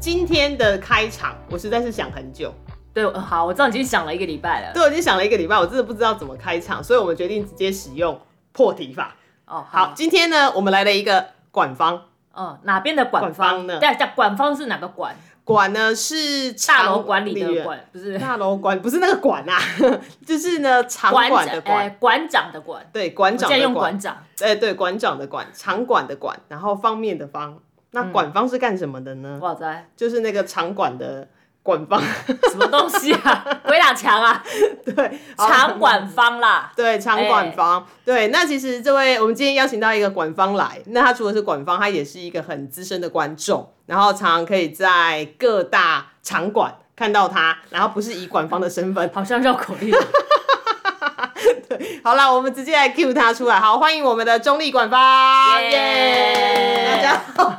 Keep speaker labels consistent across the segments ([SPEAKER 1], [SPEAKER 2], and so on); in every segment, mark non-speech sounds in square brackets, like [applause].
[SPEAKER 1] 今天的开场，我实在是想很久，
[SPEAKER 2] 对，呃好，我知道你已经想了一个礼拜了。
[SPEAKER 1] 对我已经想了一个礼拜，我真的不知道怎么开场，所以我们决定直接使用破题法。
[SPEAKER 2] 哦，
[SPEAKER 1] 好，，今天呢，我们来了一个管方，
[SPEAKER 2] 哦，哪边的管
[SPEAKER 1] 管
[SPEAKER 2] 方
[SPEAKER 1] 方呢
[SPEAKER 2] 对对，管方是哪个管？
[SPEAKER 1] 管呢是
[SPEAKER 2] 大
[SPEAKER 1] 常
[SPEAKER 2] 楼管理的
[SPEAKER 1] 员
[SPEAKER 2] 管，不是
[SPEAKER 1] 大楼管不是那个管啊， [laughs] 就是呢场馆的
[SPEAKER 2] 长，哎
[SPEAKER 1] 管，
[SPEAKER 2] 馆长的管。
[SPEAKER 1] 对
[SPEAKER 2] 我
[SPEAKER 1] 馆
[SPEAKER 2] 们现
[SPEAKER 1] 长
[SPEAKER 2] 在
[SPEAKER 1] 的
[SPEAKER 2] 用
[SPEAKER 1] 管
[SPEAKER 2] 馆，长，
[SPEAKER 1] 哎对馆长的管，场馆的管，然后方面的方。那
[SPEAKER 2] 嗯
[SPEAKER 1] 管方是干什么的呢？
[SPEAKER 2] 哇塞，
[SPEAKER 1] 就是那个场馆的管方， [laughs]
[SPEAKER 2] 什么东西啊？鬼打墙啊？
[SPEAKER 1] 对，好
[SPEAKER 2] 场馆哎方啦，
[SPEAKER 1] 对，场馆方、对。那其实这位我们今天邀请到一个馆方来，那他除了是馆方，他也是一个很资深的观众，然后常常可以在各大场馆看到他，然后不是以馆方的身份。
[SPEAKER 2] 好像绕口
[SPEAKER 1] [laughs]
[SPEAKER 2] 令。
[SPEAKER 1] 好了，我们直接来 cue 他出来。好，欢迎我们的中立馆方，
[SPEAKER 2] 耶
[SPEAKER 1] 耶、大家好。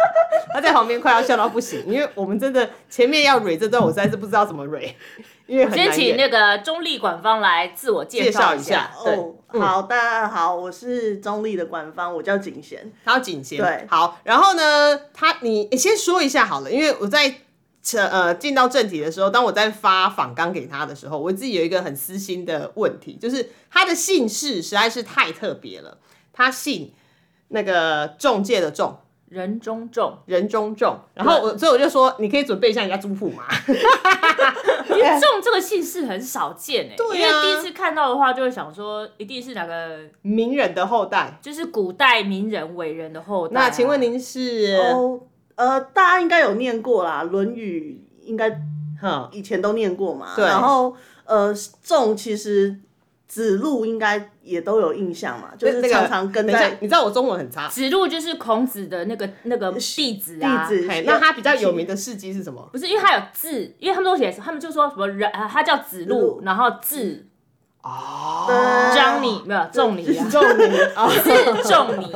[SPEAKER 1] [laughs] 他在旁边快要笑到不行，因为我们真的前面要蕊这段，我实在是不知道怎么蕊，因为很难
[SPEAKER 2] 先请
[SPEAKER 1] 演
[SPEAKER 2] 那个中立管方来自我介
[SPEAKER 1] 介绍
[SPEAKER 2] 一
[SPEAKER 1] 一下。对，嗯
[SPEAKER 3] 哦，好，大家好，我是中立的官方，我叫景贤。
[SPEAKER 1] 他要紧衔。
[SPEAKER 3] 对
[SPEAKER 1] 好，然后呢，他你你先说一下好了，因为我在呃呃进到正题的时候，当我在发访纲给他的时候，我自己有一个很私心的问题，就是他的姓氏实在是太特别了，他姓那个中介的中。
[SPEAKER 2] 人中重，
[SPEAKER 1] 人中中，然后我所以我就说，你可以准备一下人家族谱嘛。 [laughs]
[SPEAKER 2] 因为重这个姓氏很少见哎、
[SPEAKER 1] 对
[SPEAKER 2] 因为
[SPEAKER 1] 啊
[SPEAKER 2] 第一次看到的话，就会想说一定是哪个
[SPEAKER 1] 名人的后代。
[SPEAKER 2] 就是古代名人伟人的后代啊、
[SPEAKER 1] 那请问您是？
[SPEAKER 3] 哦，呃，大家应该有念过啦，《论语》应该
[SPEAKER 1] 哼，
[SPEAKER 3] 以前都念过嘛。
[SPEAKER 1] 对
[SPEAKER 3] 然后，呃，仲其实子路应该也都有印象嘛，就是
[SPEAKER 1] 那个
[SPEAKER 3] 常常跟
[SPEAKER 1] 等一下
[SPEAKER 3] 在
[SPEAKER 1] 你知道我中文很差。
[SPEAKER 2] 子路就是孔子的那个那个弟子啊，
[SPEAKER 3] 弟子
[SPEAKER 1] 嘿那他比较有名的事迹是什么？
[SPEAKER 2] 不是因为他有字，因为他们都写，他们就说什么人，啊他叫子
[SPEAKER 3] 子
[SPEAKER 2] 路，
[SPEAKER 3] 路
[SPEAKER 2] 然后字
[SPEAKER 1] 哦
[SPEAKER 2] 张你没有仲尼
[SPEAKER 1] [laughs]
[SPEAKER 2] 啊，
[SPEAKER 1] 仲尼啊，
[SPEAKER 3] [laughs]
[SPEAKER 2] 字仲尼，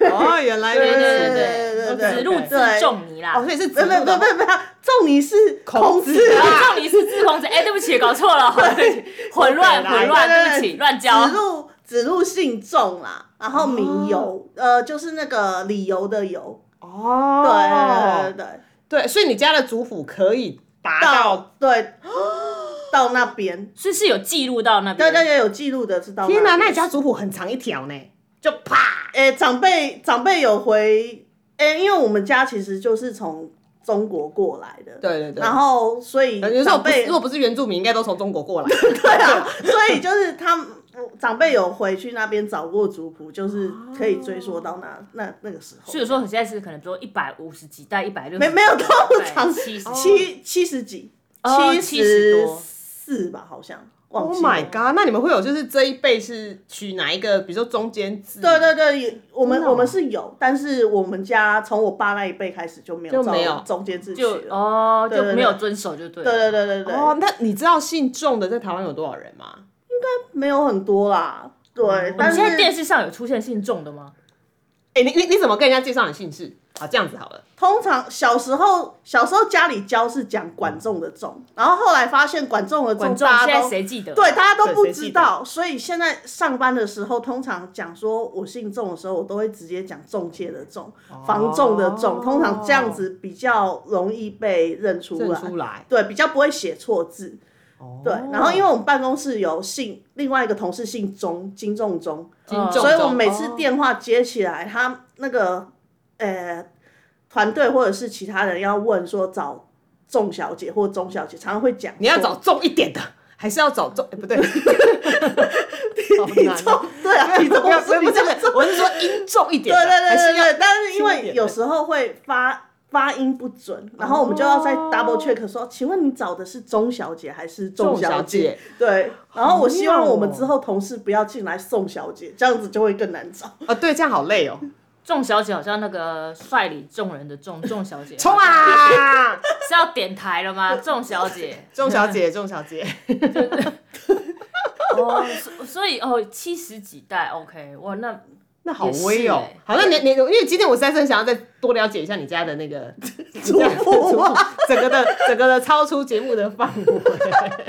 [SPEAKER 1] 哦，原来如
[SPEAKER 2] 对
[SPEAKER 1] 此，
[SPEAKER 2] 对对
[SPEAKER 3] 对对
[SPEAKER 2] 子
[SPEAKER 3] 对
[SPEAKER 2] 路
[SPEAKER 1] 对
[SPEAKER 2] 字仲尼啦，
[SPEAKER 1] 哦，所以是
[SPEAKER 3] 不
[SPEAKER 1] 子
[SPEAKER 3] 不
[SPEAKER 1] 路
[SPEAKER 3] 不
[SPEAKER 1] 的
[SPEAKER 3] 不不，仲尼是
[SPEAKER 1] 孔
[SPEAKER 3] 孔
[SPEAKER 1] 子
[SPEAKER 3] 子
[SPEAKER 1] 啊
[SPEAKER 3] 啊，
[SPEAKER 2] 仲尼是字孔子，哎、对不起，搞错了，对不起混乱
[SPEAKER 1] 对
[SPEAKER 2] 混乱，对不起，乱教
[SPEAKER 3] 子。路子路姓仲啦，然后
[SPEAKER 1] 哦
[SPEAKER 3] 名由，呃，就是那个理由的由。对对对
[SPEAKER 1] 哦，
[SPEAKER 3] 对对。
[SPEAKER 1] 对对，所以你家的族谱可以达到。
[SPEAKER 3] 到对到那边，
[SPEAKER 2] 是是有记录到那
[SPEAKER 3] 大
[SPEAKER 2] 边，
[SPEAKER 3] 家也有记录的是到
[SPEAKER 1] 天哪，那
[SPEAKER 3] 哪边
[SPEAKER 1] 你家族谱很长一条呢，就啪，
[SPEAKER 3] 诶、长辈长辈有回诶、因为我们家其实就是从中国过来的，
[SPEAKER 1] 对对对
[SPEAKER 3] 然后所以
[SPEAKER 1] 有时候
[SPEAKER 3] 长
[SPEAKER 1] 不是
[SPEAKER 3] 辈
[SPEAKER 1] 如果不是原住民，应该都从中国过来。
[SPEAKER 3] [laughs] 对啊， [laughs] 所以就是他们长辈有回去那边找过族谱，就是可以追溯到那那那个时候
[SPEAKER 2] 所，以说现在是可能说一百五十几代、一百六，
[SPEAKER 3] 没没有到
[SPEAKER 1] 哎
[SPEAKER 3] 长
[SPEAKER 2] 七
[SPEAKER 1] 哦
[SPEAKER 2] 十
[SPEAKER 3] 七七十几，
[SPEAKER 2] 哦
[SPEAKER 3] 十
[SPEAKER 2] 多
[SPEAKER 3] 四吧，好像忘
[SPEAKER 1] Oh
[SPEAKER 3] 记了。
[SPEAKER 1] my god，那你们会有就是这一辈是取哪一个，比如说中间字？
[SPEAKER 3] 对对对，也我们、
[SPEAKER 1] 真的哦
[SPEAKER 3] 我们是有，但是我们家从我爸那一辈开始就没有
[SPEAKER 1] 就没有
[SPEAKER 3] 照中间秩序
[SPEAKER 2] 就
[SPEAKER 3] 了。
[SPEAKER 2] 哦就
[SPEAKER 3] 对对
[SPEAKER 2] 没有遵守就对了。
[SPEAKER 3] 对对对对对，
[SPEAKER 1] 哦，那你知道姓仲的在台湾有多少人吗？
[SPEAKER 3] 没有很多啦。对，但
[SPEAKER 2] 你
[SPEAKER 3] 是
[SPEAKER 2] 现在电视上有出现姓仲的吗？
[SPEAKER 1] 哎，你你你怎么跟人家介绍你姓氏？好，这样子好了。
[SPEAKER 3] 通常小时候小时候家里教是讲管仲的仲，然后后来发现管仲的
[SPEAKER 2] 管
[SPEAKER 3] 仲
[SPEAKER 2] 仲
[SPEAKER 3] 大
[SPEAKER 2] 现
[SPEAKER 3] 家
[SPEAKER 2] 在
[SPEAKER 3] 都
[SPEAKER 2] 谁记得？
[SPEAKER 3] 对大家都不
[SPEAKER 1] 对谁记
[SPEAKER 3] 知
[SPEAKER 1] 得
[SPEAKER 3] 道，所以现在上班的时候，通常讲说我姓仲的时候，我都会直接讲中介的仲、房仲的仲，通常这样子比较容易被认出
[SPEAKER 1] 认
[SPEAKER 3] 来。
[SPEAKER 1] 出来。
[SPEAKER 3] 对，比较不会写错字。对，然后因为我们办公室有姓另外一个同事姓钟，金仲钟，
[SPEAKER 2] 嗯
[SPEAKER 1] 仲
[SPEAKER 3] 所以我
[SPEAKER 1] 钟
[SPEAKER 3] 每次
[SPEAKER 2] 哦
[SPEAKER 3] 电话接起来，他那个呃团队或者是其他人要问说找仲小姐或钟小姐，常常会讲
[SPEAKER 1] 你要
[SPEAKER 3] 错
[SPEAKER 1] 找重一点的，还是要找重？哎不
[SPEAKER 3] [laughs]
[SPEAKER 1] 对，
[SPEAKER 3] 体
[SPEAKER 1] 体
[SPEAKER 3] 重， [laughs]
[SPEAKER 1] [laughs]
[SPEAKER 3] 对啊，体重
[SPEAKER 1] 不要不
[SPEAKER 3] 是
[SPEAKER 1] 要
[SPEAKER 3] 比
[SPEAKER 1] 不
[SPEAKER 3] 较
[SPEAKER 1] 是不是，我是说音重一点的，
[SPEAKER 3] 对对
[SPEAKER 1] 还
[SPEAKER 3] 对
[SPEAKER 1] 是
[SPEAKER 3] 对
[SPEAKER 1] 要
[SPEAKER 3] 对，但是因
[SPEAKER 1] 轻一
[SPEAKER 3] 为
[SPEAKER 1] 点
[SPEAKER 3] 有时候会发发音不准，然后我们就要
[SPEAKER 1] 哦
[SPEAKER 3] 再 double check 说，请问你找的是钟小姐还是
[SPEAKER 1] 重
[SPEAKER 3] 仲
[SPEAKER 1] 小
[SPEAKER 3] 姐？
[SPEAKER 1] 姐。
[SPEAKER 3] 对，然后我希望
[SPEAKER 1] 好妙哦
[SPEAKER 3] 我们之后同事不要进来宋小姐，这样子就会更难找。 [laughs]
[SPEAKER 1] 哦，对，这样好累哦。
[SPEAKER 2] 仲小姐好像那个率领众人的仲仲小姐，
[SPEAKER 1] 冲啊！
[SPEAKER 2] 是要点台了吗？仲小
[SPEAKER 3] [laughs]
[SPEAKER 2] 姐，
[SPEAKER 1] 仲小姐，仲小姐，
[SPEAKER 3] 啊
[SPEAKER 2] 哦，所所以哦，七十几代，OK，哇，那
[SPEAKER 1] 那好威哦、
[SPEAKER 2] 也是欸
[SPEAKER 1] 好，那你你因为今天我实在是很想要再多了解一下你家的那个
[SPEAKER 3] 祖父啊，
[SPEAKER 1] 整个的整个的超出节目的范围。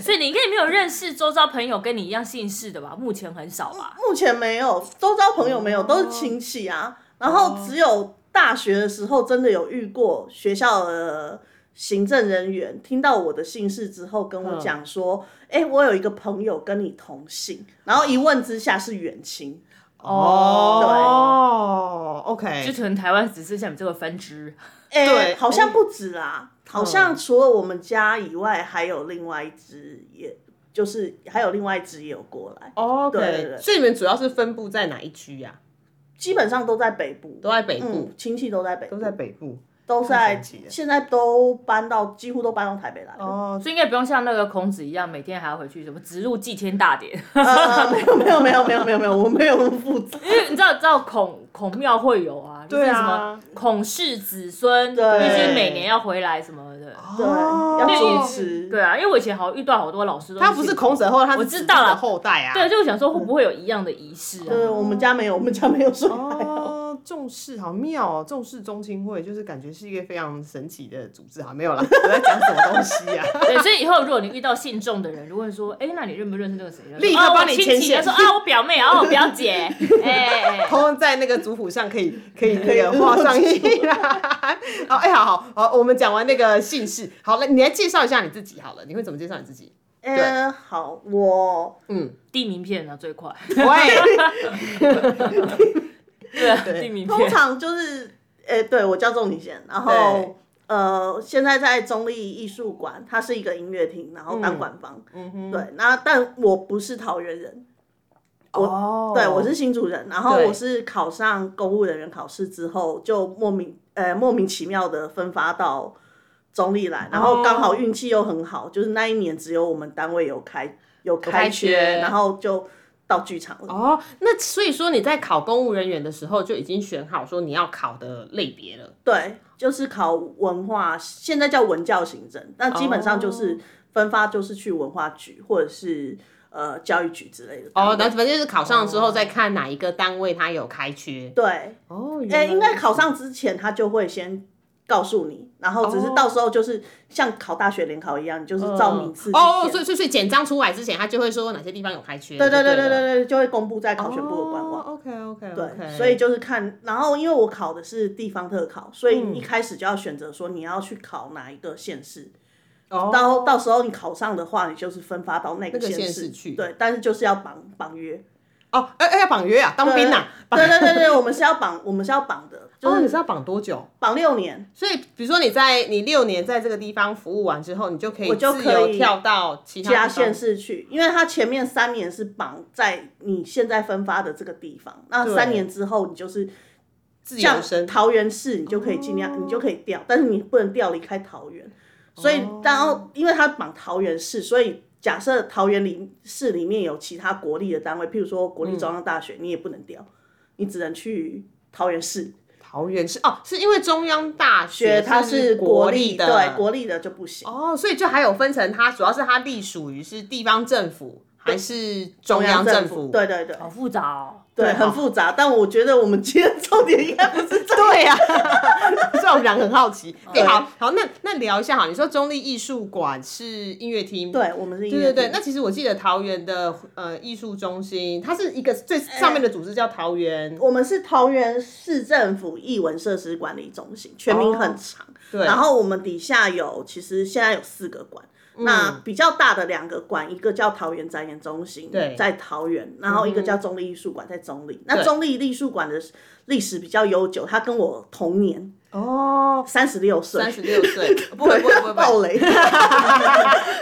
[SPEAKER 2] 所以你应该也没有认识周遭朋友跟你一样姓氏的吧？目前很少吧？
[SPEAKER 3] 目前没有，周遭朋友没
[SPEAKER 1] 哦
[SPEAKER 3] 有，都是亲戚啊。然后只有大学的时候，真的有遇过学校的行政人员，听到我的姓氏之后，跟我
[SPEAKER 1] 嗯
[SPEAKER 3] 讲说：“哎、我有一个朋友跟你同姓。”然后一问之下是远亲。
[SPEAKER 1] 哦
[SPEAKER 2] 就
[SPEAKER 1] ，OK，
[SPEAKER 2] 可能台湾只剩下你这个分支，
[SPEAKER 3] 哎、
[SPEAKER 1] 对嗯
[SPEAKER 3] 好像不止啦，好像除了我们家以外，还有另外一只也，就是还有另外一只也有过来，
[SPEAKER 1] 哦
[SPEAKER 3] 对对对
[SPEAKER 1] ，OK，所以你们主要是分布在哪一区呀、
[SPEAKER 3] 基本上都在北部，
[SPEAKER 1] 都在北部，
[SPEAKER 3] 嗯，亲戚都在北部，
[SPEAKER 1] 都在北部。
[SPEAKER 3] 都
[SPEAKER 1] 太
[SPEAKER 3] 在
[SPEAKER 1] 神奇了
[SPEAKER 3] 现在都搬到几乎都搬到台北来了。
[SPEAKER 1] 哦，
[SPEAKER 2] 所以应该不用像那个孔子一样，每天还要回去什么植入祭天大典。 [laughs]
[SPEAKER 3] 呃，没有没有没有没有没有没有，我没有那 [laughs] 么复杂。
[SPEAKER 2] 因为你知道，知道孔孔庙会有啊，就是
[SPEAKER 1] 对
[SPEAKER 2] 什
[SPEAKER 1] 啊
[SPEAKER 2] 么孔氏子孙，
[SPEAKER 3] 对
[SPEAKER 2] 必须每年要回来什么的。
[SPEAKER 3] 对，
[SPEAKER 1] 哦
[SPEAKER 3] 要
[SPEAKER 2] 因为
[SPEAKER 3] 主持。
[SPEAKER 2] 对啊，因为我以前好遇到好多老师都
[SPEAKER 1] 他不是
[SPEAKER 2] 姓
[SPEAKER 1] 孔子的后代，他是
[SPEAKER 2] 我知道
[SPEAKER 1] 子
[SPEAKER 2] 了
[SPEAKER 1] 的后代啊。
[SPEAKER 2] 对，就想说会不会有一样的仪式
[SPEAKER 3] 对，
[SPEAKER 2] 啊？
[SPEAKER 3] 我们家没有，我们家没有说还好。
[SPEAKER 1] 哦，重视好妙哦，重视中青会，就是感觉是一个非常神奇的组织哈。没有啦，我在讲什么东西啊？
[SPEAKER 2] 对，所以以后如果你遇到姓仲的人，如果你说，哎，那你认不认识那个谁？
[SPEAKER 1] 立刻
[SPEAKER 2] 哦我
[SPEAKER 1] 帮你
[SPEAKER 2] 亲
[SPEAKER 1] 牵
[SPEAKER 2] 戚
[SPEAKER 1] 线
[SPEAKER 2] 他说啊，我表妹啊，我表
[SPEAKER 1] [laughs]
[SPEAKER 2] 姐，哎，
[SPEAKER 1] 通通在那个族谱上可
[SPEAKER 3] [laughs]
[SPEAKER 1] 以可以那个画上一栏。好，哎、好好好，我们讲完那个姓氏，好了，你来介绍一下你自己好了，你会怎么介绍你自己？
[SPEAKER 3] 呃，好，我
[SPEAKER 1] 嗯，
[SPEAKER 2] 递名片啊，最快。
[SPEAKER 1] 喂，
[SPEAKER 2] 对啊，递名
[SPEAKER 3] 通
[SPEAKER 2] 片。
[SPEAKER 3] 常就是，哎、对我叫钟礼贤，然
[SPEAKER 1] 对
[SPEAKER 3] 后呃，现在在中立艺术馆，它是一个音乐厅，然后当馆方。
[SPEAKER 1] 嗯哼，
[SPEAKER 3] 对，那但我不是桃园人，
[SPEAKER 1] 哦，
[SPEAKER 3] 对，我是新竹人，然后
[SPEAKER 1] 对
[SPEAKER 3] 我是考上公务人员考试之后，就莫名呃莫名其妙的分发到中立来，然后
[SPEAKER 1] 哦
[SPEAKER 3] 刚好运气又很好，就是那一年只有我们单位有开有
[SPEAKER 1] 开
[SPEAKER 3] 开
[SPEAKER 1] 缺
[SPEAKER 3] 缺，然后就到剧场了。
[SPEAKER 1] 哦，那所以说你在考公务人员的时候就已经选好说你要考的类别了。
[SPEAKER 3] 对，就是考文化，现在叫文教行政，那基本上
[SPEAKER 1] 哦
[SPEAKER 3] 就是分发就是去文化局或者是呃教育局之类的单位。
[SPEAKER 1] 哦，那反正就是考上之后再看哪一个单位它有开缺。
[SPEAKER 3] 哦对，
[SPEAKER 1] 哦，原来
[SPEAKER 3] 哎、应该考上之前他就会先告诉你，然后只
[SPEAKER 1] 哦
[SPEAKER 3] 是到时候就是像考大学联考一样，你就是照名次去填、
[SPEAKER 1] 哦，所以所以所以简章出来之前，他就会说哪些地方有开缺。
[SPEAKER 3] 对对对
[SPEAKER 1] 就
[SPEAKER 3] 对
[SPEAKER 1] 了
[SPEAKER 3] 对对，就会公布在考
[SPEAKER 1] 哦
[SPEAKER 3] 选部的官网。
[SPEAKER 1] OK OK
[SPEAKER 3] 对
[SPEAKER 1] OK，
[SPEAKER 3] 所以就是看，然后因为我考的是地方特考，所以
[SPEAKER 1] 嗯
[SPEAKER 3] 一开始就要选择说你要去考哪一个县市，
[SPEAKER 1] 哦
[SPEAKER 3] 到到时候你考上的话，你就是分发到那个
[SPEAKER 1] 个县
[SPEAKER 3] 县
[SPEAKER 1] 市去
[SPEAKER 3] 对，但是就是要绑绑约。
[SPEAKER 1] 哦，哎哎要绑约啊，当兵呐、绑
[SPEAKER 3] 对对对
[SPEAKER 1] [laughs]
[SPEAKER 3] 对，我们是要绑，我们是要绑的，就
[SPEAKER 1] 哦，你
[SPEAKER 3] 是
[SPEAKER 1] 是要绑多久？
[SPEAKER 3] 绑六年。
[SPEAKER 1] 所以，比如说你在你六年在这个地方服务完之后，你就可以
[SPEAKER 3] 我就
[SPEAKER 1] 自
[SPEAKER 3] 可
[SPEAKER 1] 由
[SPEAKER 3] 以
[SPEAKER 1] 跳到其他
[SPEAKER 3] 其
[SPEAKER 1] 地
[SPEAKER 3] 他
[SPEAKER 1] 方
[SPEAKER 3] 县。市去，因为它前面三年是绑在你现在分发的这个地方，那
[SPEAKER 1] 对
[SPEAKER 3] 三年之后你就是
[SPEAKER 1] 自由
[SPEAKER 3] 像
[SPEAKER 1] 生
[SPEAKER 3] 桃园市，你就可以尽量、你就可以调，但是你不能调离开桃园。所以，然后因为它绑桃园市，所以假设桃园里市里面有其他国立的单位，譬如说国立中央大学，你也不能调，你只能去桃园市。
[SPEAKER 1] 桃园是哦，是因为中央大学
[SPEAKER 3] 对，它
[SPEAKER 1] 哦是
[SPEAKER 3] 是国立
[SPEAKER 1] 的，
[SPEAKER 3] 对国立的就不行。
[SPEAKER 1] 哦，所以就还有分成它，主要是它隶属于是地方政府还是中央
[SPEAKER 3] 政
[SPEAKER 1] 府？
[SPEAKER 3] 对对对
[SPEAKER 2] 好复杂哦。
[SPEAKER 3] 对，很复杂。但我觉得我们今天重点应该不是这个
[SPEAKER 1] 对
[SPEAKER 3] [laughs]
[SPEAKER 1] 呀、所以我们两个很好奇。对，好好，那那聊一下好，你说中立艺术馆是音乐厅，
[SPEAKER 3] 对，我们是音
[SPEAKER 1] 对
[SPEAKER 3] 乐
[SPEAKER 1] 对对，
[SPEAKER 3] 厅
[SPEAKER 1] 那其实我记得桃园的呃艺术中心，它是一个最上面的组织叫桃园，
[SPEAKER 3] 我们是桃园市政府艺文设施管理中心，全名很长。
[SPEAKER 1] 哦对
[SPEAKER 3] 然后我们底下有，其实现在有四个馆。
[SPEAKER 1] 嗯
[SPEAKER 3] 那比较大的两个馆，一个叫桃园展演中心，
[SPEAKER 1] 对嗯
[SPEAKER 3] 在桃园，然后一个叫中立艺术馆，在中立。那中立艺术馆的历史比较悠久，它跟我同年，
[SPEAKER 1] 哦，
[SPEAKER 3] 三十六岁，
[SPEAKER 1] 三十六
[SPEAKER 3] [laughs]
[SPEAKER 1] 岁，不会不会不会，
[SPEAKER 3] 暴雷，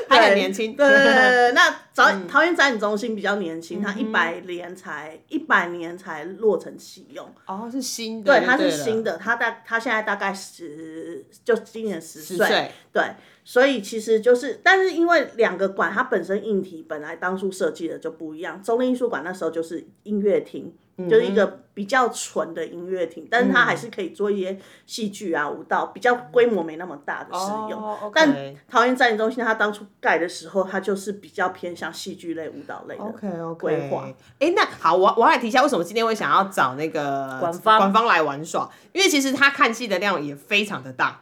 [SPEAKER 1] 还很 [laughs] 年轻，嗯
[SPEAKER 3] 对对对对对，那早桃园展演中心比较年轻，它一百年才一百年才落成启用，
[SPEAKER 1] 哦是新的，
[SPEAKER 3] 对，它是新
[SPEAKER 1] 的，
[SPEAKER 3] 的，它大它现在大概十，就今年十
[SPEAKER 1] 十
[SPEAKER 3] 岁，
[SPEAKER 1] 岁，
[SPEAKER 3] 对，所以其实就是，但是因为两个馆它本身硬体本来当初设计的就不一样，中立艺术馆那时候就是音乐厅，就是
[SPEAKER 1] 嗯
[SPEAKER 3] 一个比较纯的音乐厅，但是它还是可以做一些戏剧啊、舞蹈，比较规模没那么大的使用。
[SPEAKER 1] 哦，OK
[SPEAKER 3] 但桃园展演中心它当初盖的时候，它就是比较偏向戏剧类、舞蹈类的。
[SPEAKER 1] OK OK
[SPEAKER 3] 规划
[SPEAKER 1] 哎、那好，我我来提一下为什么今天会想要找那个
[SPEAKER 2] 官方
[SPEAKER 1] 官方来玩耍，因为其实他看戏的量也非常的大。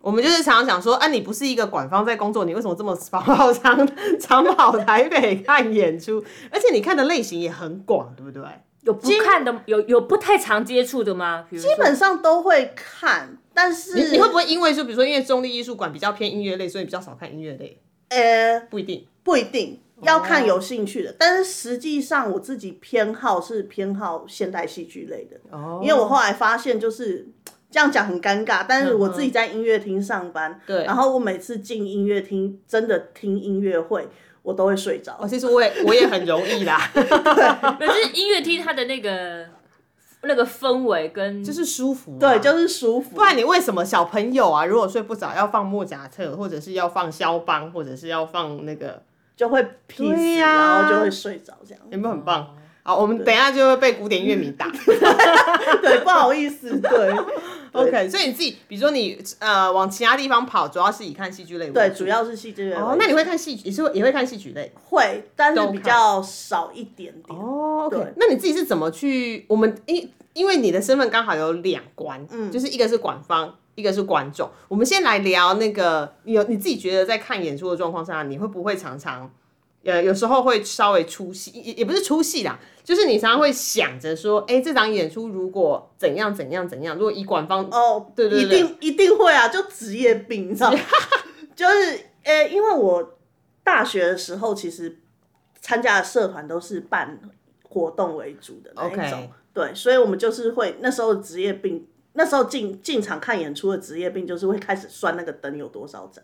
[SPEAKER 1] 我们就是常常想说，啊，你不是一个管方在工作，你为什么这么跑常常跑台北看演出？而且你看的类型也很广，对不对？
[SPEAKER 2] 有不看的，有有不太常接触的吗？基
[SPEAKER 3] 基
[SPEAKER 2] [laughs]
[SPEAKER 3] 本上都会看，但是
[SPEAKER 1] 你你会不会因为说，比如说因为中立艺术馆比较偏音乐类，所以比较少看音乐类？
[SPEAKER 3] 呃
[SPEAKER 1] 不一定。
[SPEAKER 3] 不一定要看有兴趣
[SPEAKER 1] 哦
[SPEAKER 3] 的，但是实际上我自己偏好是偏好现代戏剧类的，
[SPEAKER 1] 哦，
[SPEAKER 3] 因为我后来发现就是。这样讲很尴尬，但是我自己在音乐厅上
[SPEAKER 1] 嗯
[SPEAKER 3] 班，对然后我每次进音乐厅，真的听音乐会，我都会睡着。
[SPEAKER 1] 其实我也我也很容易啦，
[SPEAKER 2] 没有，就是音乐厅它的那个那个氛围跟就
[SPEAKER 1] 就是舒服、啊。
[SPEAKER 3] 对，就是舒服。不
[SPEAKER 1] 那你为什么小朋友啊，如果睡不着，要放莫扎特，或者是要放肖邦，或者是要放那个，
[SPEAKER 3] 就会屁
[SPEAKER 1] 对
[SPEAKER 3] 死，
[SPEAKER 1] 呀
[SPEAKER 3] 然后就会睡着这样。
[SPEAKER 1] 有没有很棒？
[SPEAKER 3] 哦
[SPEAKER 1] 好，我们等一下就会被古典乐迷
[SPEAKER 3] [laughs]
[SPEAKER 1] 打。
[SPEAKER 3] 对，不好意
[SPEAKER 1] [laughs]
[SPEAKER 3] 思，对
[SPEAKER 1] OK，所以你自己，比如说你呃往其他地方跑，主要是以看戏剧类为主。
[SPEAKER 3] 对，主要是戏剧类为主。
[SPEAKER 1] 哦，那你会看戏，也是会也会看戏剧类。
[SPEAKER 3] 会，但
[SPEAKER 1] 都
[SPEAKER 3] 是
[SPEAKER 1] 看
[SPEAKER 3] 比较少一点点。
[SPEAKER 1] 哦，OK，
[SPEAKER 3] 对
[SPEAKER 1] 那你自己是怎么去？我们因因为你的身份刚好有两关，嗯，就是一个是管方，一个是观众。我们先来聊那个，你有你自己觉得在看演出的状况下，你会不会常常，呃，有时候会稍微出戏，也也不是出戏啦，就是你常常会想着说，哎、这场演出如果怎样怎样怎样，如果以管方，
[SPEAKER 3] 哦，
[SPEAKER 1] 对对对
[SPEAKER 3] 一定一定会啊，就职业病，你知
[SPEAKER 1] [laughs]
[SPEAKER 3] 道吗？就是呃、因为我大学的时候其实参加的社团都是办活动为主的那一种
[SPEAKER 1] OK
[SPEAKER 3] 对，所以我们就是会那时候的职业病，那时候进进场看演出的职业病就是会开始算那个灯有多少盏，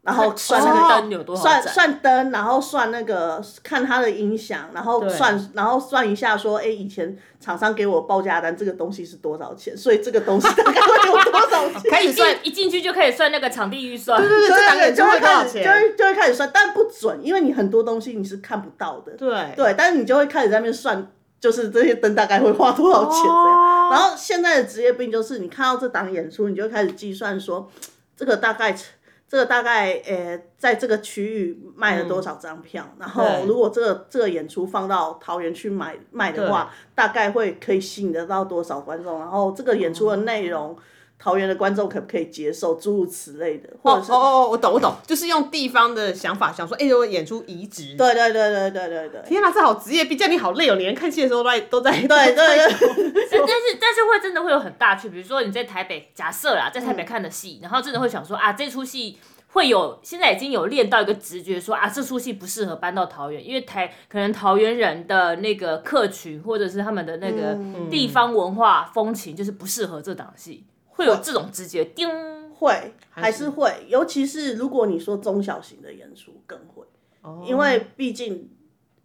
[SPEAKER 3] 然后算那个
[SPEAKER 1] 哦
[SPEAKER 2] 那个灯有多少
[SPEAKER 3] 算
[SPEAKER 2] 盏？
[SPEAKER 3] 算灯，然后算那个看它的音响，然后算然后算一下说，哎、以前厂商给我报价单这个东西是多少钱，所以这个东西大概会有多少
[SPEAKER 1] [laughs]
[SPEAKER 3] 钱？
[SPEAKER 1] 开始
[SPEAKER 2] [laughs] 一进
[SPEAKER 1] 算，
[SPEAKER 2] 一进去就开始算那个场地预算，
[SPEAKER 1] 对 [laughs] 这场演出
[SPEAKER 3] 就会
[SPEAKER 1] 多少
[SPEAKER 3] 开始就
[SPEAKER 1] 钱？
[SPEAKER 3] 会就会开始算，但不准，因为你很多东西你是看不到的。
[SPEAKER 1] 对
[SPEAKER 3] 对，但是你就会开始在那边算，就是这些灯大概会花多少钱这
[SPEAKER 1] 哦
[SPEAKER 3] 样。然后现在的职业病就是，你看到这档演出，你就开始计算说，这个大概。这个大概呃，在这个区域卖了多少张票？然后
[SPEAKER 1] 嗯对
[SPEAKER 3] 如果这个这个演出放到桃园去买卖的话，大概会可以吸引得到多少观众？然后这个演出
[SPEAKER 1] 哦
[SPEAKER 3] 的内容，桃园的观众可不可以接受？诸如此类的，或
[SPEAKER 1] 哦
[SPEAKER 3] 者是、
[SPEAKER 1] 哦哦，我懂我懂，就是用地方的想法想说，哎、如果演出移植，
[SPEAKER 3] 对对对对对对对，
[SPEAKER 1] 天哪，这好职业病，这样你好累哦！你连看戏的时候都在 [laughs] 都在对
[SPEAKER 3] 对对对。
[SPEAKER 2] 但但是但是会真的会有很大区别。比如说你在台北，假设啦，在台
[SPEAKER 1] 嗯
[SPEAKER 2] 北看的戏，然后真的会想说啊，这出戏会有现在已经有练到一个直觉说啊，这出戏不适合搬到桃园，因为台可能桃园人的那个客群或者是他们的那个
[SPEAKER 1] 嗯
[SPEAKER 2] 地方文化风情，就是不适合这档戏，会有这种直觉。叮，
[SPEAKER 3] 会，还
[SPEAKER 1] 是
[SPEAKER 3] 是会，尤其是如果你说中小型的演出更会，因为毕竟，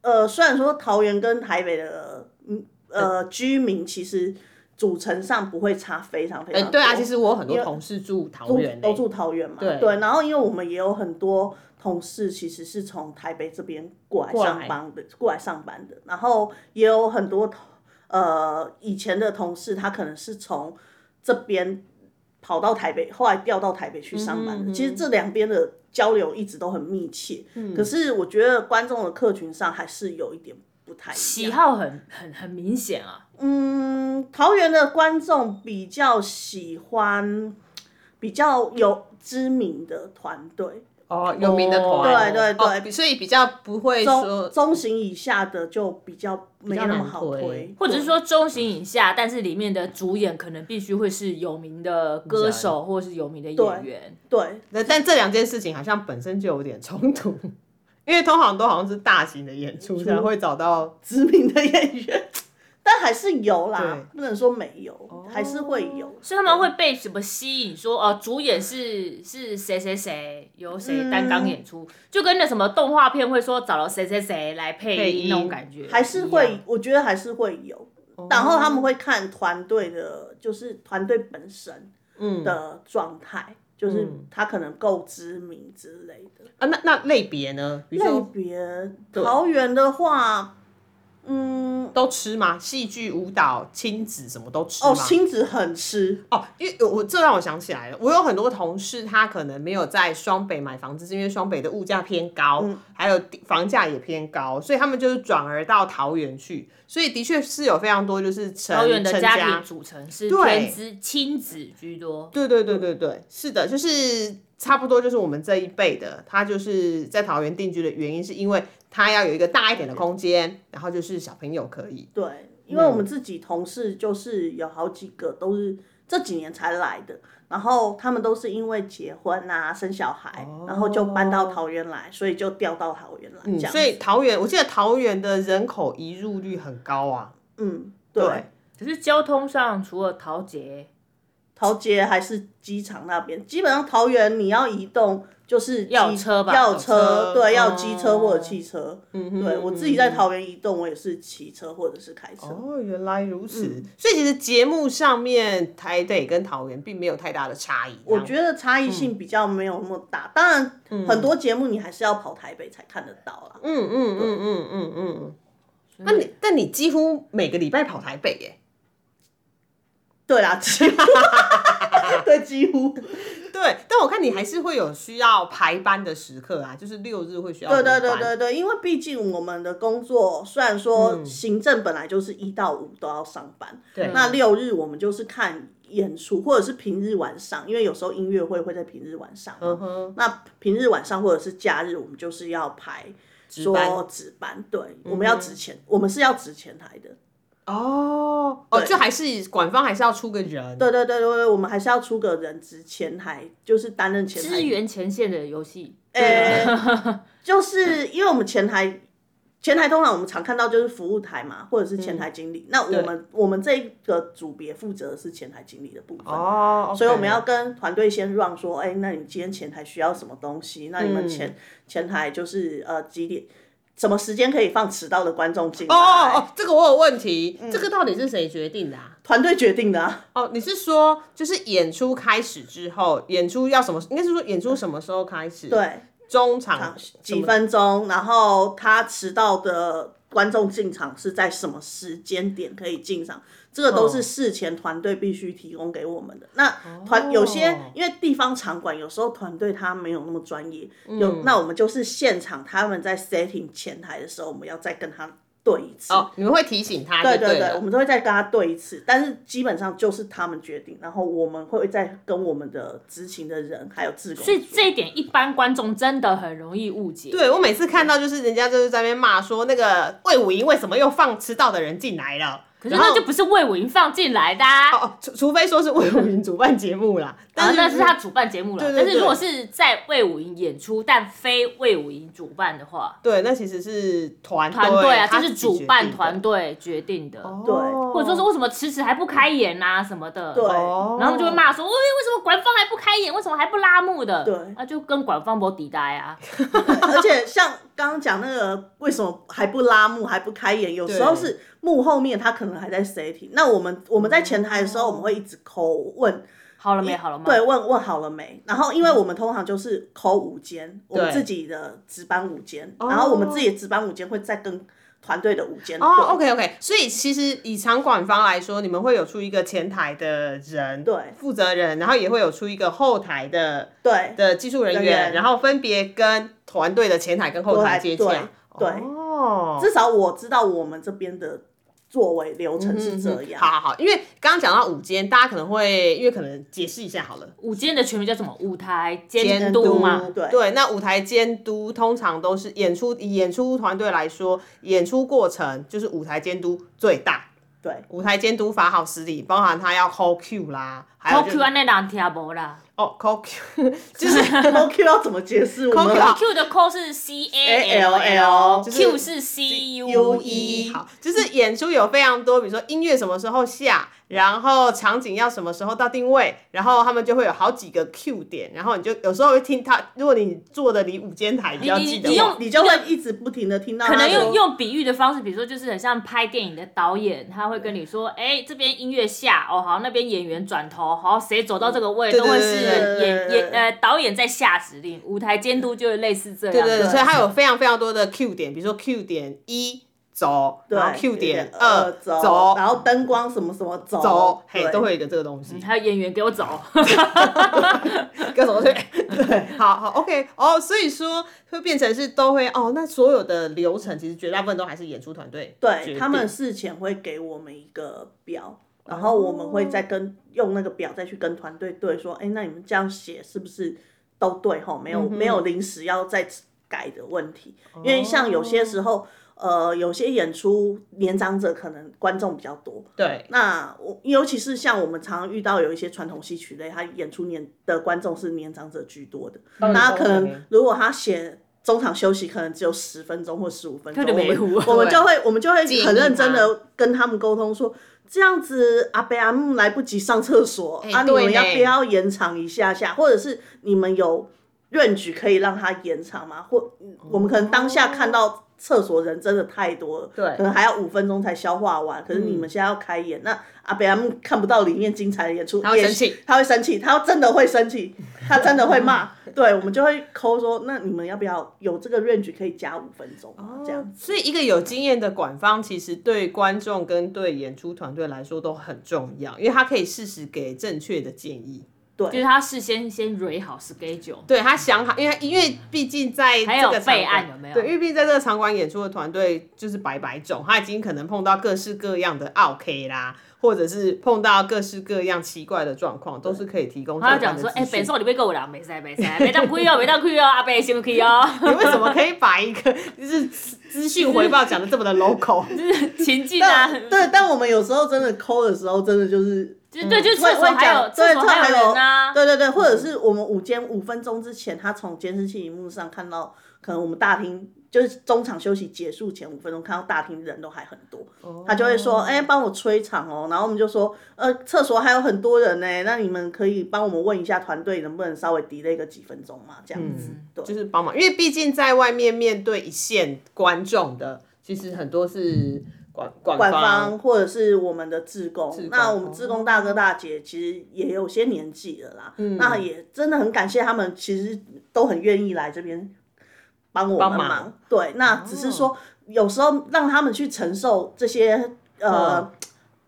[SPEAKER 3] 呃，虽然说桃园跟台北的，嗯，呃，居民其实组成上不会差非常非常多，
[SPEAKER 1] 对啊，其实我有很多同事住桃园、欸，
[SPEAKER 3] 哦都住桃园嘛，对然后因为我们也有很多同事其实是从台北这边过来
[SPEAKER 1] 过来
[SPEAKER 3] 上班的，过来上班的，然后也有很多同呃以前的同事，他可能是从这边跑到台北，后来调到台北去上班的。其实这两边的交流一直都很密切，可是我觉得观众的客群上还是有一点不太一样。
[SPEAKER 2] 喜好很很很明显啊，
[SPEAKER 3] 嗯，桃园的观众比较喜欢比较有知名的团队，
[SPEAKER 1] 哦，有名的团，
[SPEAKER 2] 对
[SPEAKER 3] 对对
[SPEAKER 1] 哦所以比较不会
[SPEAKER 3] 中
[SPEAKER 1] 说
[SPEAKER 3] 中型以下的就比较没那么好
[SPEAKER 1] 比较难推
[SPEAKER 3] 推，
[SPEAKER 2] 或者是说中型以下，但是里面的主演可能必须会是有名的歌手或是有名的演员。
[SPEAKER 3] 对
[SPEAKER 1] 那但这两件事情好像本身就有点冲突， [laughs] 因为通常都好像是大型的演出才会找到，
[SPEAKER 3] 知名的演员，但还是有
[SPEAKER 1] 对哦
[SPEAKER 3] 啦，不能说没有，还是会有。
[SPEAKER 2] 所以他们会被什么吸引？说哦、主演是是谁谁谁，由谁担纲演出，就跟那什么动画片会说找了谁谁谁来
[SPEAKER 1] 配
[SPEAKER 2] 配
[SPEAKER 1] 音
[SPEAKER 2] 音那种感觉，
[SPEAKER 3] 还是
[SPEAKER 2] 一
[SPEAKER 3] 会
[SPEAKER 2] 样，
[SPEAKER 3] 我觉得还是会有。 [laughs]
[SPEAKER 1] 哦
[SPEAKER 3] 然后他们会看团队的，就是团队本身
[SPEAKER 1] 嗯
[SPEAKER 3] 的状态，就是他可能够知名之类的。
[SPEAKER 1] 啊，那那类别呢？比如
[SPEAKER 3] 类
[SPEAKER 1] 说
[SPEAKER 3] 别桃园的话，嗯，
[SPEAKER 1] 都吃吗？戏剧、舞蹈、亲子什么都吃吗？
[SPEAKER 3] 哦，亲子很吃，
[SPEAKER 1] 哦，因为我这让我想起来了，我有很多同事，他可能没有在双北买房子，是因为双北的物价偏高，还有地房价也偏高，所以他们就是转而到桃园去。所以的确是有非常多就是成
[SPEAKER 2] 高远的
[SPEAKER 1] 成
[SPEAKER 2] 家庭组成是
[SPEAKER 1] 对
[SPEAKER 2] 偏资亲子居多，
[SPEAKER 1] 对对对对对，是的，就是差不多就是我们这一辈的，他就是在桃园定居的原因，是因为他要有一个大一点的空间，然后就是小朋友可以。
[SPEAKER 3] 对，因为我们自己同事就是有好几个都是这几年才来的，然后他们都是因为结婚啊、生小孩，然后就搬到桃园来，所以就调到桃园来这样子。
[SPEAKER 1] 所以桃园，我记得桃园的人口移入率很高啊。
[SPEAKER 3] 嗯，对，
[SPEAKER 2] 可是交通上除了桃捷，
[SPEAKER 3] 桃街还是机场那边，基本上桃园你要移动就是机
[SPEAKER 2] 要有车吧
[SPEAKER 3] 要
[SPEAKER 1] 有
[SPEAKER 3] 有
[SPEAKER 1] 车
[SPEAKER 3] 车，对，要
[SPEAKER 2] 哦
[SPEAKER 3] 有机车或者汽车。嗯对我自己在桃园移动，我也是骑车或者是开车。
[SPEAKER 1] 哦，原来如此。
[SPEAKER 3] 嗯
[SPEAKER 1] 所以其实节目上面台北跟桃园并没有太大的差异。
[SPEAKER 3] 我觉得差异
[SPEAKER 1] 嗯
[SPEAKER 3] 性比较没有那么大，当然很多节目你还是要跑台北才看得到啦。
[SPEAKER 1] 嗯，嗯嗯嗯嗯嗯嗯。那你但你几乎每个礼拜跑台北耶？
[SPEAKER 3] 对啦，
[SPEAKER 1] [laughs]
[SPEAKER 3] 几乎， [laughs] 对，几乎，
[SPEAKER 1] 对，但我看你还是会有需要排班的时刻啊，就是六日会需要
[SPEAKER 3] 对对
[SPEAKER 1] 轮
[SPEAKER 3] 对
[SPEAKER 1] 班
[SPEAKER 3] 对对，因为毕竟我们的工作虽然说行政本来就是一到五都要上班，
[SPEAKER 1] 嗯对
[SPEAKER 3] 那六日我们就是看演出或者是平日晚上，因为有时候音乐会会在平日晚上嘛，
[SPEAKER 1] 嗯哼
[SPEAKER 3] 那平日晚上或者是假日，我们就是要排说
[SPEAKER 1] 班嗯
[SPEAKER 3] 值班，对，我们要值钱，我们是要值前台的。
[SPEAKER 1] 哦哦，就还是管方还是要出个人。
[SPEAKER 3] 对对对对，对我们还是要出个人值前台，就是担任前台
[SPEAKER 2] 支援前线的游戏，
[SPEAKER 3] 呃，就是因为我们前台，前台通常我们常看到就是服务台嘛，或者是前台经
[SPEAKER 1] 嗯
[SPEAKER 3] 理。那我们我们这一个组别负责的是前台经理的部分。
[SPEAKER 1] 哦，
[SPEAKER 3] 所以我们
[SPEAKER 1] OK
[SPEAKER 3] 要跟团队先 run 说，哎、那你今天前台需要什么东西？那你们前、
[SPEAKER 1] 嗯
[SPEAKER 3] 前台就是呃几点，什么时间可以放迟到的观众进来？
[SPEAKER 1] 哦哦哦，这个我有问题，
[SPEAKER 3] 嗯
[SPEAKER 1] 这个到底是谁决定的啊？
[SPEAKER 3] 团队决定的、啊。
[SPEAKER 1] 哦，你是说就是演出开始之后，演出要什么？应该是说演出什么时候开始？
[SPEAKER 3] 对，
[SPEAKER 1] 中场什
[SPEAKER 3] 几
[SPEAKER 1] 么
[SPEAKER 3] 分钟，然后他迟到的观众进场是在什么时间点可以进场？这个都是事前团队必须提供给我们的。那团有些因为地方场馆有时候团队他没有那么专业，有那我们就是现场他们在 setting 前台的时候，我们要再跟他对一次。
[SPEAKER 1] 哦，你们会提醒他就
[SPEAKER 3] 对
[SPEAKER 1] 对
[SPEAKER 3] 对
[SPEAKER 1] 了
[SPEAKER 3] 对，我们都会再跟他对一次，但是基本上就是他们决定，然后我们会再跟我们的执勤的人还有志工说。
[SPEAKER 2] 所以这一点一般观众真的很容易误解。
[SPEAKER 1] 对我每次看到就是人家就是在那边骂说那个魏武营为什么又放迟到的人进来了，
[SPEAKER 2] 可
[SPEAKER 1] 可
[SPEAKER 2] 是那就不是魏武营放进来的、啊，
[SPEAKER 1] 哦哦，除除非说是魏武营主办节目啦，但
[SPEAKER 2] 啊，
[SPEAKER 1] 是
[SPEAKER 2] 那是他主办节目了。
[SPEAKER 1] 对对
[SPEAKER 2] 但是如果是在魏武营演出，但非魏武营主办的话，
[SPEAKER 1] 对，那其实是团
[SPEAKER 2] 团队啊，
[SPEAKER 1] 他
[SPEAKER 2] 就是
[SPEAKER 1] 自己决
[SPEAKER 2] 主办
[SPEAKER 1] 定的
[SPEAKER 2] 团队决定的，
[SPEAKER 1] 哦
[SPEAKER 2] 或者说是为什么迟迟还不开演啊什么的。
[SPEAKER 3] 对
[SPEAKER 1] 哦，
[SPEAKER 2] 然后他们就会骂说，喂，为什么官方还不开演？为什么还不拉幕的？
[SPEAKER 3] 对
[SPEAKER 2] 那、就跟官方博抵达
[SPEAKER 1] [laughs]
[SPEAKER 2] 呀。
[SPEAKER 3] 而且像刚刚讲那个，为什么还不拉幕，还不开演？有时候
[SPEAKER 1] 对
[SPEAKER 3] 是幕后面他可能还在 setting。那我们我们在前台的时候，我们会一直抠问，
[SPEAKER 2] 好了没？好了吗？
[SPEAKER 3] 对，问问好了没？然后因为我们通常就是抠午间，我们
[SPEAKER 1] 对
[SPEAKER 3] 自己的值班午间，然后我们自己的值班午间会再跟团队的午间对。
[SPEAKER 1] 哦，OK OK，所以其实以场馆方来说，你们会有出一个前台的人，
[SPEAKER 3] 对
[SPEAKER 1] 负责人，然后也会有出一个后台的
[SPEAKER 3] 对
[SPEAKER 1] 的技术人员，
[SPEAKER 3] 人员
[SPEAKER 1] 然后分别跟团队的前台跟后台接洽。
[SPEAKER 3] 对对
[SPEAKER 1] 哦，
[SPEAKER 3] 至少我知道我们这边的作为流程是这
[SPEAKER 1] 嗯
[SPEAKER 3] 样。
[SPEAKER 1] 好好好，因为刚刚讲到午间，大家可能会因为可能解释一下好了。
[SPEAKER 2] 舞间的全名叫什么？舞台监
[SPEAKER 1] 监
[SPEAKER 2] 督
[SPEAKER 1] 督
[SPEAKER 2] 嘛。
[SPEAKER 3] 对
[SPEAKER 1] 对，那舞台监督通常都是演出以演出团队来说，演出过程就是舞台监督最大。
[SPEAKER 3] 对，
[SPEAKER 1] 舞台监督法好实力，包含他要 call Q 啦，还有、
[SPEAKER 2] 好
[SPEAKER 1] 就
[SPEAKER 2] Q 啊
[SPEAKER 1] 是、
[SPEAKER 2] 安那人听无啦
[SPEAKER 1] 哦 call Q，就是 [laughs]
[SPEAKER 2] [laughs]
[SPEAKER 3] OQ 要怎么解释？我们
[SPEAKER 1] Q
[SPEAKER 2] 哦，Q 的 call 是 C A L
[SPEAKER 3] 就是
[SPEAKER 2] L，Q 是 C U
[SPEAKER 3] U
[SPEAKER 2] E
[SPEAKER 3] E。
[SPEAKER 1] 好，就是演出有非常多，比如说音乐什么时候下，然后场景要什么时候到定位，然后他们就会有好几个 Q 点，然后你就有时候会听他，如果你坐的离舞间台比较
[SPEAKER 2] 你
[SPEAKER 1] 近的
[SPEAKER 2] 你
[SPEAKER 1] 话
[SPEAKER 2] 用
[SPEAKER 3] 你就会一直不停的听到他
[SPEAKER 2] 可能
[SPEAKER 3] 说
[SPEAKER 2] 用用比喻的方式，比如说就是很像拍电影的导演，他会跟你说，哎、这边音乐下，哦好，那边演员转头，好，谁走到这个位
[SPEAKER 1] 对
[SPEAKER 2] 都会
[SPEAKER 1] 对对
[SPEAKER 2] 是
[SPEAKER 3] 对
[SPEAKER 2] 演
[SPEAKER 3] 对对
[SPEAKER 2] 演呃导演在下指令，舞台监督就是类似这样
[SPEAKER 1] 对对对，
[SPEAKER 2] 的。
[SPEAKER 1] 所以它有非常非常多的 Q 点，比如说 Q 点一走，
[SPEAKER 3] 对
[SPEAKER 1] 然后哦 Q 点二
[SPEAKER 3] 走，
[SPEAKER 1] 走
[SPEAKER 3] 然后灯光什么什么走
[SPEAKER 1] 走，嘿，
[SPEAKER 3] 对
[SPEAKER 1] 都会有一个这个东
[SPEAKER 3] [laughs]
[SPEAKER 1] 西。
[SPEAKER 2] 还有演员给我走， [laughs]
[SPEAKER 1] 各种对对，好好 OK 哦，所以说会变成是都会哦，那所有的流程其实绝大部分都还是演出团队决
[SPEAKER 3] 对
[SPEAKER 1] 定哦
[SPEAKER 3] 他们事前会给我们一个表，然后我们会再跟、用那个表再去跟团队对说，哎、那你们这样写是不是都对吼？没有、
[SPEAKER 1] 嗯
[SPEAKER 3] 没有临时要再改的问题，
[SPEAKER 1] 哦
[SPEAKER 3] 因为像有些时候。呃，有些演出年长者可能观众比较多，
[SPEAKER 1] 对
[SPEAKER 3] 那我尤其是像我们常常遇到有一些传统戏曲类，他演出年的观众是年长者居多的，那
[SPEAKER 1] 哦
[SPEAKER 3] 可能如果他写中场休息，可能只有十分钟或十五分钟，
[SPEAKER 2] 就没
[SPEAKER 3] 我
[SPEAKER 2] 有
[SPEAKER 3] 们我们就会我们就会
[SPEAKER 1] 建议
[SPEAKER 3] 很认真的跟他们沟通说。这样子，阿贝阿木来不及上厕所、啊！你
[SPEAKER 1] 哎对
[SPEAKER 3] 们要
[SPEAKER 1] 呢
[SPEAKER 3] 不要延长一下下？或者是你们有愿局可以让他延长吗？或
[SPEAKER 1] 哦
[SPEAKER 3] 我们可能当下看到厕所人真的太多了，
[SPEAKER 1] 对嗯
[SPEAKER 3] 可能还要五分钟才消化完。可是你们现在要开演，那阿北阿木看不到里面精彩的演出，
[SPEAKER 1] 他会
[SPEAKER 3] 也
[SPEAKER 1] 生气，
[SPEAKER 3] 他会生气，他真的会生气，他真的会骂。对，我们就会抠说，那你们要不要有这个 range 可以加五分钟
[SPEAKER 2] 哦
[SPEAKER 3] 啊？这样子，
[SPEAKER 1] 所以一个有经验的管方，其实对观众跟对演出团队来说都很重要，因为他可以适时给正确的建议。
[SPEAKER 2] 就是他事先先 r 好 schedule，
[SPEAKER 1] 对他想好，因为因为毕竟在
[SPEAKER 2] 还
[SPEAKER 1] 这
[SPEAKER 2] 有
[SPEAKER 1] 个场
[SPEAKER 2] 备案
[SPEAKER 1] 馆
[SPEAKER 2] 有没有
[SPEAKER 1] 对，因为毕竟在这个场馆演出的团队就是百百种，他已经可能碰到各式各样的 OK 啦，或者是碰到各式各样奇怪的状况，都是可以提供
[SPEAKER 2] 他
[SPEAKER 1] 相
[SPEAKER 2] 就
[SPEAKER 1] 关
[SPEAKER 2] 讲
[SPEAKER 1] 的
[SPEAKER 2] 说，哎、
[SPEAKER 1] 资
[SPEAKER 2] 北
[SPEAKER 1] 讯。
[SPEAKER 2] 宋你被够了，没塞没塞，没当亏哦，没当亏哦，阿北先不亏哦，
[SPEAKER 1] 你 [laughs] 为什么可以把一个就是资资讯回报讲的这么的 local？
[SPEAKER 2] 嗯 [laughs] 情境啊，
[SPEAKER 3] 但对，但我们有时候真的抠的时候，真的就是
[SPEAKER 2] 就对，就
[SPEAKER 3] 嗯会
[SPEAKER 2] 厕所
[SPEAKER 3] 会
[SPEAKER 2] 还有
[SPEAKER 3] 讲，
[SPEAKER 2] 厕
[SPEAKER 3] 对，
[SPEAKER 2] 所
[SPEAKER 3] 这还
[SPEAKER 2] 还有人啊，
[SPEAKER 3] 对对对，或者是我们午间五分钟之前，他从监视器荧幕上看到，可能我们大厅就是中场休息结束前五分钟看到大厅人都还很多，他就会
[SPEAKER 1] 哦
[SPEAKER 3] 说，哎、帮我催场哦，然后我们就说，呃，厕所还有很多人呢、那你们可以帮我们问一下团队能不能稍微 delay 个几分钟嘛，这样子，对。
[SPEAKER 1] 就是帮忙，因为毕竟在外面面对一线观众的，其实很多是管管
[SPEAKER 3] 管
[SPEAKER 1] 方
[SPEAKER 3] 方或者是我们的志工，
[SPEAKER 1] 志工哦
[SPEAKER 3] 那我们志工大哥大姐其实也有些年纪了啦，
[SPEAKER 1] 嗯
[SPEAKER 3] 那也真的很感谢他们，其实都很愿意来这边帮我们
[SPEAKER 1] 帮忙哦
[SPEAKER 3] 对，那只是说、有时候让他们去承受这些呃。
[SPEAKER 1] 嗯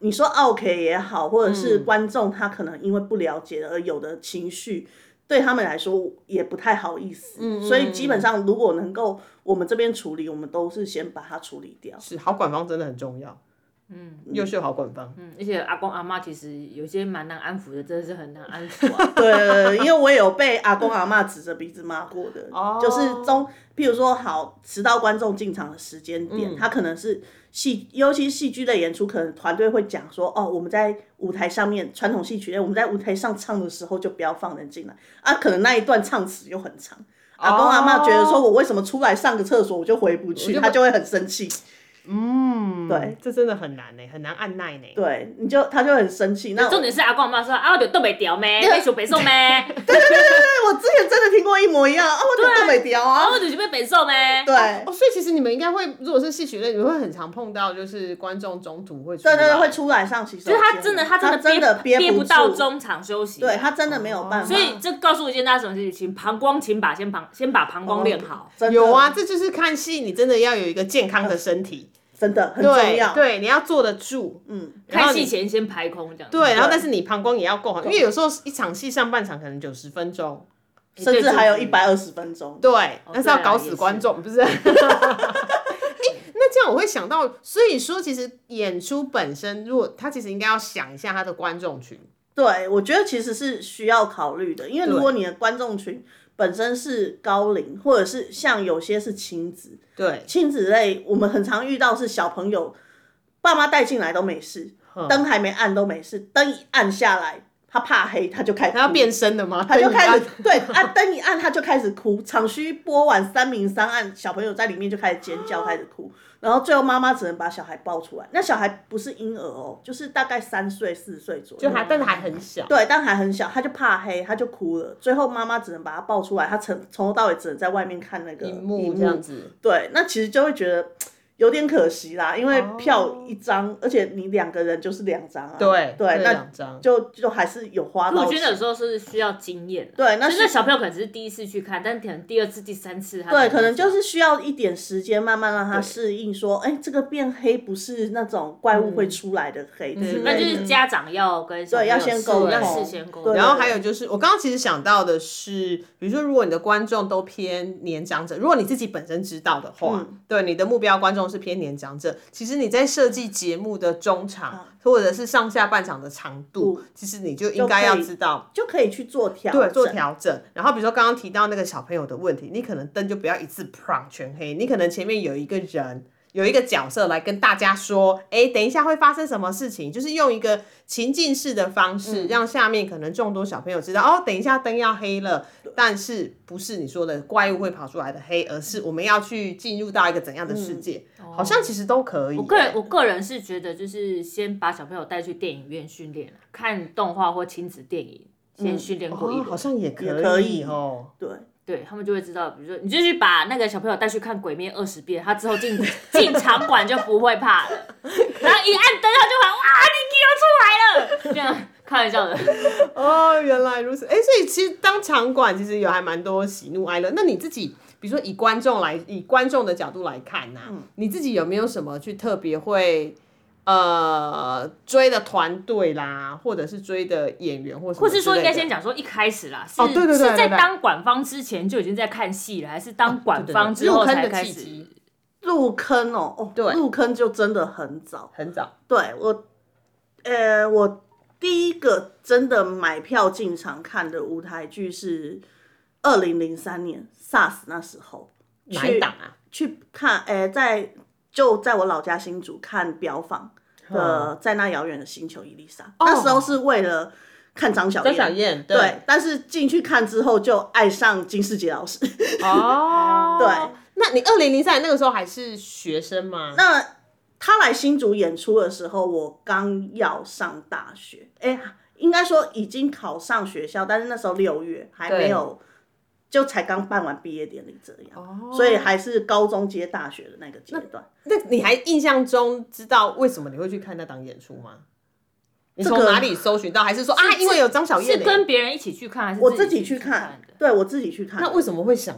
[SPEAKER 3] 你说 OK 也好，或者是
[SPEAKER 1] 嗯
[SPEAKER 3] 观众他可能因为不了解而有的情绪，对他们来说也不太好意思。所以基本上如果能够我们这边处理，我们都是先把它处理掉。
[SPEAKER 1] 是好管方真的很重要，嗯，优秀好管方，
[SPEAKER 2] 嗯而且阿公阿妈其实有些蛮难安抚的，真的是很难安抚 [laughs] 啊。
[SPEAKER 3] 对，因为我也有被阿公阿妈指着鼻子骂过的，就是中，譬如说好迟到观众进场的时间点，他可能是戏，尤其是戏剧类演出，可能团队会讲说，哦，我们在舞台上面传统戏曲哎类，我们在舞台上唱的时候就不要放人进来啊，可能那一段唱词又很长。阿公阿妈觉得说，我为什么出来上个厕所哦我就回不去，他就会很生气。嗯，对
[SPEAKER 1] 这真的很难呢、很难按耐呢、
[SPEAKER 3] 对，你就他就很生气。那我
[SPEAKER 2] 重点是阿公阿妈说啊，我就都没调咩，被送北宋咩，啊，
[SPEAKER 3] [laughs]
[SPEAKER 2] [laughs]
[SPEAKER 3] 哎我之前真的听过一模一样啊，我就没雕啊，
[SPEAKER 2] 我就是被北宋咩。
[SPEAKER 3] 对
[SPEAKER 1] 哦，。所以其实你们应该会，如果是戏曲类，你们会很常碰到，就是观众中途会出
[SPEAKER 3] 对对对，
[SPEAKER 1] 来
[SPEAKER 3] 会出来上洗手
[SPEAKER 2] 就
[SPEAKER 3] 间。
[SPEAKER 2] 是他真的，他真的
[SPEAKER 3] 真的
[SPEAKER 2] 憋
[SPEAKER 3] 不
[SPEAKER 2] 不到
[SPEAKER 3] 住，
[SPEAKER 2] 中场休息，啊
[SPEAKER 3] 对他真的没有
[SPEAKER 1] 哦
[SPEAKER 3] 办法。
[SPEAKER 2] 所以这告诉我一件大家什么事情？膀胱，请把先膀先把膀胱练好。
[SPEAKER 3] 哦真的
[SPEAKER 1] 有啊，，这就是看戏，你真的要有一个健康的身体，
[SPEAKER 3] 真的很嗯重
[SPEAKER 1] 对
[SPEAKER 3] 要。
[SPEAKER 1] 对，你要坐得住，
[SPEAKER 3] 嗯，
[SPEAKER 1] 然后
[SPEAKER 2] 看
[SPEAKER 1] 你
[SPEAKER 2] 戏前先排空这样。
[SPEAKER 1] 对，然后
[SPEAKER 3] 对
[SPEAKER 1] 但是你膀胱也要够好，因为有时候一场戏上半场可能九十分钟，
[SPEAKER 3] 甚至还有
[SPEAKER 2] 对
[SPEAKER 3] 一百二十分钟。
[SPEAKER 1] 对，但是要
[SPEAKER 2] 对啊
[SPEAKER 1] 搞
[SPEAKER 2] 也
[SPEAKER 1] 死
[SPEAKER 2] 是
[SPEAKER 1] 观众，不是？ [laughs] 诶那这样我会想到，所以说其实演出本身，如果他其实应该要想一下他的观众群，
[SPEAKER 3] 对，我觉得其实是需要考虑的，因为如
[SPEAKER 1] 对
[SPEAKER 3] 果你的观众群本身是高龄，或者是像有些是亲子，
[SPEAKER 1] 对，
[SPEAKER 3] 亲子类我们很常遇到是小朋友，爸妈带进来都没事，
[SPEAKER 1] 嗯
[SPEAKER 3] 灯还没暗都没事，灯一暗下来，他怕黑，他就开始
[SPEAKER 1] 他要
[SPEAKER 3] 哭
[SPEAKER 1] 变身的吗？
[SPEAKER 3] 他就
[SPEAKER 1] 灯一
[SPEAKER 3] 开
[SPEAKER 1] 按
[SPEAKER 3] 始对啊，灯一暗他就开始哭，厂区播完三明三暗，小朋友在里面就开始尖叫，开始哭，然后最后妈妈只能把小孩抱出来。那小孩不是婴儿哦，就是大概三岁四岁左右
[SPEAKER 1] 就，还，但是还很小，
[SPEAKER 3] 对，但还很小，他就怕黑，他就哭了。最后妈妈只能把他抱出来，他从从头到尾只能在外面看那个
[SPEAKER 1] 荧幕这样子，
[SPEAKER 3] 对，那其实就会觉得有点可惜啦，因为
[SPEAKER 1] 哦
[SPEAKER 3] 票一张，而且你两个人就是两张啊。
[SPEAKER 1] 对
[SPEAKER 3] 对，
[SPEAKER 1] 这
[SPEAKER 3] 那
[SPEAKER 1] 两张
[SPEAKER 3] 就就还是有花
[SPEAKER 2] 我
[SPEAKER 3] 到
[SPEAKER 2] 觉得有
[SPEAKER 3] 钱。
[SPEAKER 2] 时候是需要经验的。啊
[SPEAKER 3] 对，那
[SPEAKER 2] 所以那
[SPEAKER 3] 是
[SPEAKER 2] 小朋友可能只是第一次去看，但可能第二次、第三次他
[SPEAKER 3] 对，可能就是需要一点时间，慢慢让他适应。说，哎，这个变黑不是那种怪物会出来的黑之类的，
[SPEAKER 2] 嗯那
[SPEAKER 1] 嗯
[SPEAKER 2] 就是家长要跟小朋友
[SPEAKER 3] 要先沟
[SPEAKER 2] 事
[SPEAKER 1] 通
[SPEAKER 2] 要事先沟
[SPEAKER 3] 对
[SPEAKER 2] 通，
[SPEAKER 1] 然后还有就是，我刚刚其实想到的是，比如说，如果你的观众都偏年长者，如果你自己本身知道的话，对你的目标观众是偏年长者，其实你在设计节目的中场、或者是上下半场的长度，其实你就应该要
[SPEAKER 3] 就可以
[SPEAKER 1] 知道。
[SPEAKER 3] 就可以去做调
[SPEAKER 1] 对，做
[SPEAKER 3] 整
[SPEAKER 1] 调整。然后比如说刚刚提到那个小朋友的问题，你可能灯就不要一次砰全黑，你可能前面有一个人。有一个角色来跟大家说，哎，等一下会发生什么事情，就是用一个情境式的方式，让下面可能众多小朋友知道，哦，等一下灯要黑了，但是不是你说的怪物会跑出来的黑，而是我们要去进入到一个怎样的世界？好像其实都可以。
[SPEAKER 2] 我个人我个人是觉得，就是先把小朋友带去电影院训练，看动画或亲子电影，先训练过一
[SPEAKER 1] 哦，
[SPEAKER 2] 轮，
[SPEAKER 1] 好像也可以
[SPEAKER 3] 可以
[SPEAKER 1] 哦。
[SPEAKER 3] 对，
[SPEAKER 2] 对他们就会知道。比如说，你就去把那个小朋友带去看《鬼灭》二十遍，他之后进进场馆就不会
[SPEAKER 1] [laughs]
[SPEAKER 2] 怕了。然后一按灯，他就喊哇，你给我出来了，这样 [laughs] 开玩笑的。
[SPEAKER 1] 哦，原来如此。哎、所以其实当场馆其实有还蛮多喜怒哀乐。那你自己，比如说以观众来，以观众的角度来看呐、你自己有没有什么去特别会呃追的团队啦，或者是追的演员，或什么
[SPEAKER 2] 或是说
[SPEAKER 1] 之类的
[SPEAKER 2] 应该先讲说一开始啦，是、
[SPEAKER 1] 哦对对对对
[SPEAKER 2] 是在
[SPEAKER 1] 对哦
[SPEAKER 2] 当管方之前就已经在看戏了，还是当管方之
[SPEAKER 1] 入
[SPEAKER 2] 后
[SPEAKER 1] 坑
[SPEAKER 2] 才
[SPEAKER 1] 的
[SPEAKER 2] 开
[SPEAKER 1] 契
[SPEAKER 2] 始？
[SPEAKER 1] 机
[SPEAKER 3] 入坑哦，哦，
[SPEAKER 1] 对
[SPEAKER 3] 入坑就真的很早。
[SPEAKER 1] 很早。
[SPEAKER 3] 对我，呃，我第一个真的买票进场看的舞台剧是二零零三年 SARS 那时候
[SPEAKER 1] 哪一档啊？
[SPEAKER 3] 去看，呃，在就在我老家新竹看标房的《在那遥远的星球伊丽莎》，那时候是为了看张小
[SPEAKER 1] 张小
[SPEAKER 3] 燕。
[SPEAKER 1] 燕
[SPEAKER 3] 对，但是进去看之后就爱上金世杰老师。 [laughs]
[SPEAKER 1] 哦，
[SPEAKER 3] 对。
[SPEAKER 1] 那你二零零三那个时候还是学生吗？
[SPEAKER 3] 那他来新竹演出的时候，我刚要上大学，哎、呀，应该说已经考上学校，但是那时候六月还没有，就才刚办完毕业典礼这样，所以还是高中接大学的那个阶段。
[SPEAKER 1] 那你还印象中知道为什么你会去看那档演出吗？你从
[SPEAKER 3] 这个
[SPEAKER 1] 哪里搜寻到？还是说啊，
[SPEAKER 2] 是
[SPEAKER 1] 因为有张小
[SPEAKER 2] 是
[SPEAKER 1] 燕、欸？
[SPEAKER 2] 跟别人一起去看，还是
[SPEAKER 3] 我自己
[SPEAKER 2] 去
[SPEAKER 3] 去看
[SPEAKER 2] 的，？
[SPEAKER 3] 对我自己去看。
[SPEAKER 1] 那为什么会想？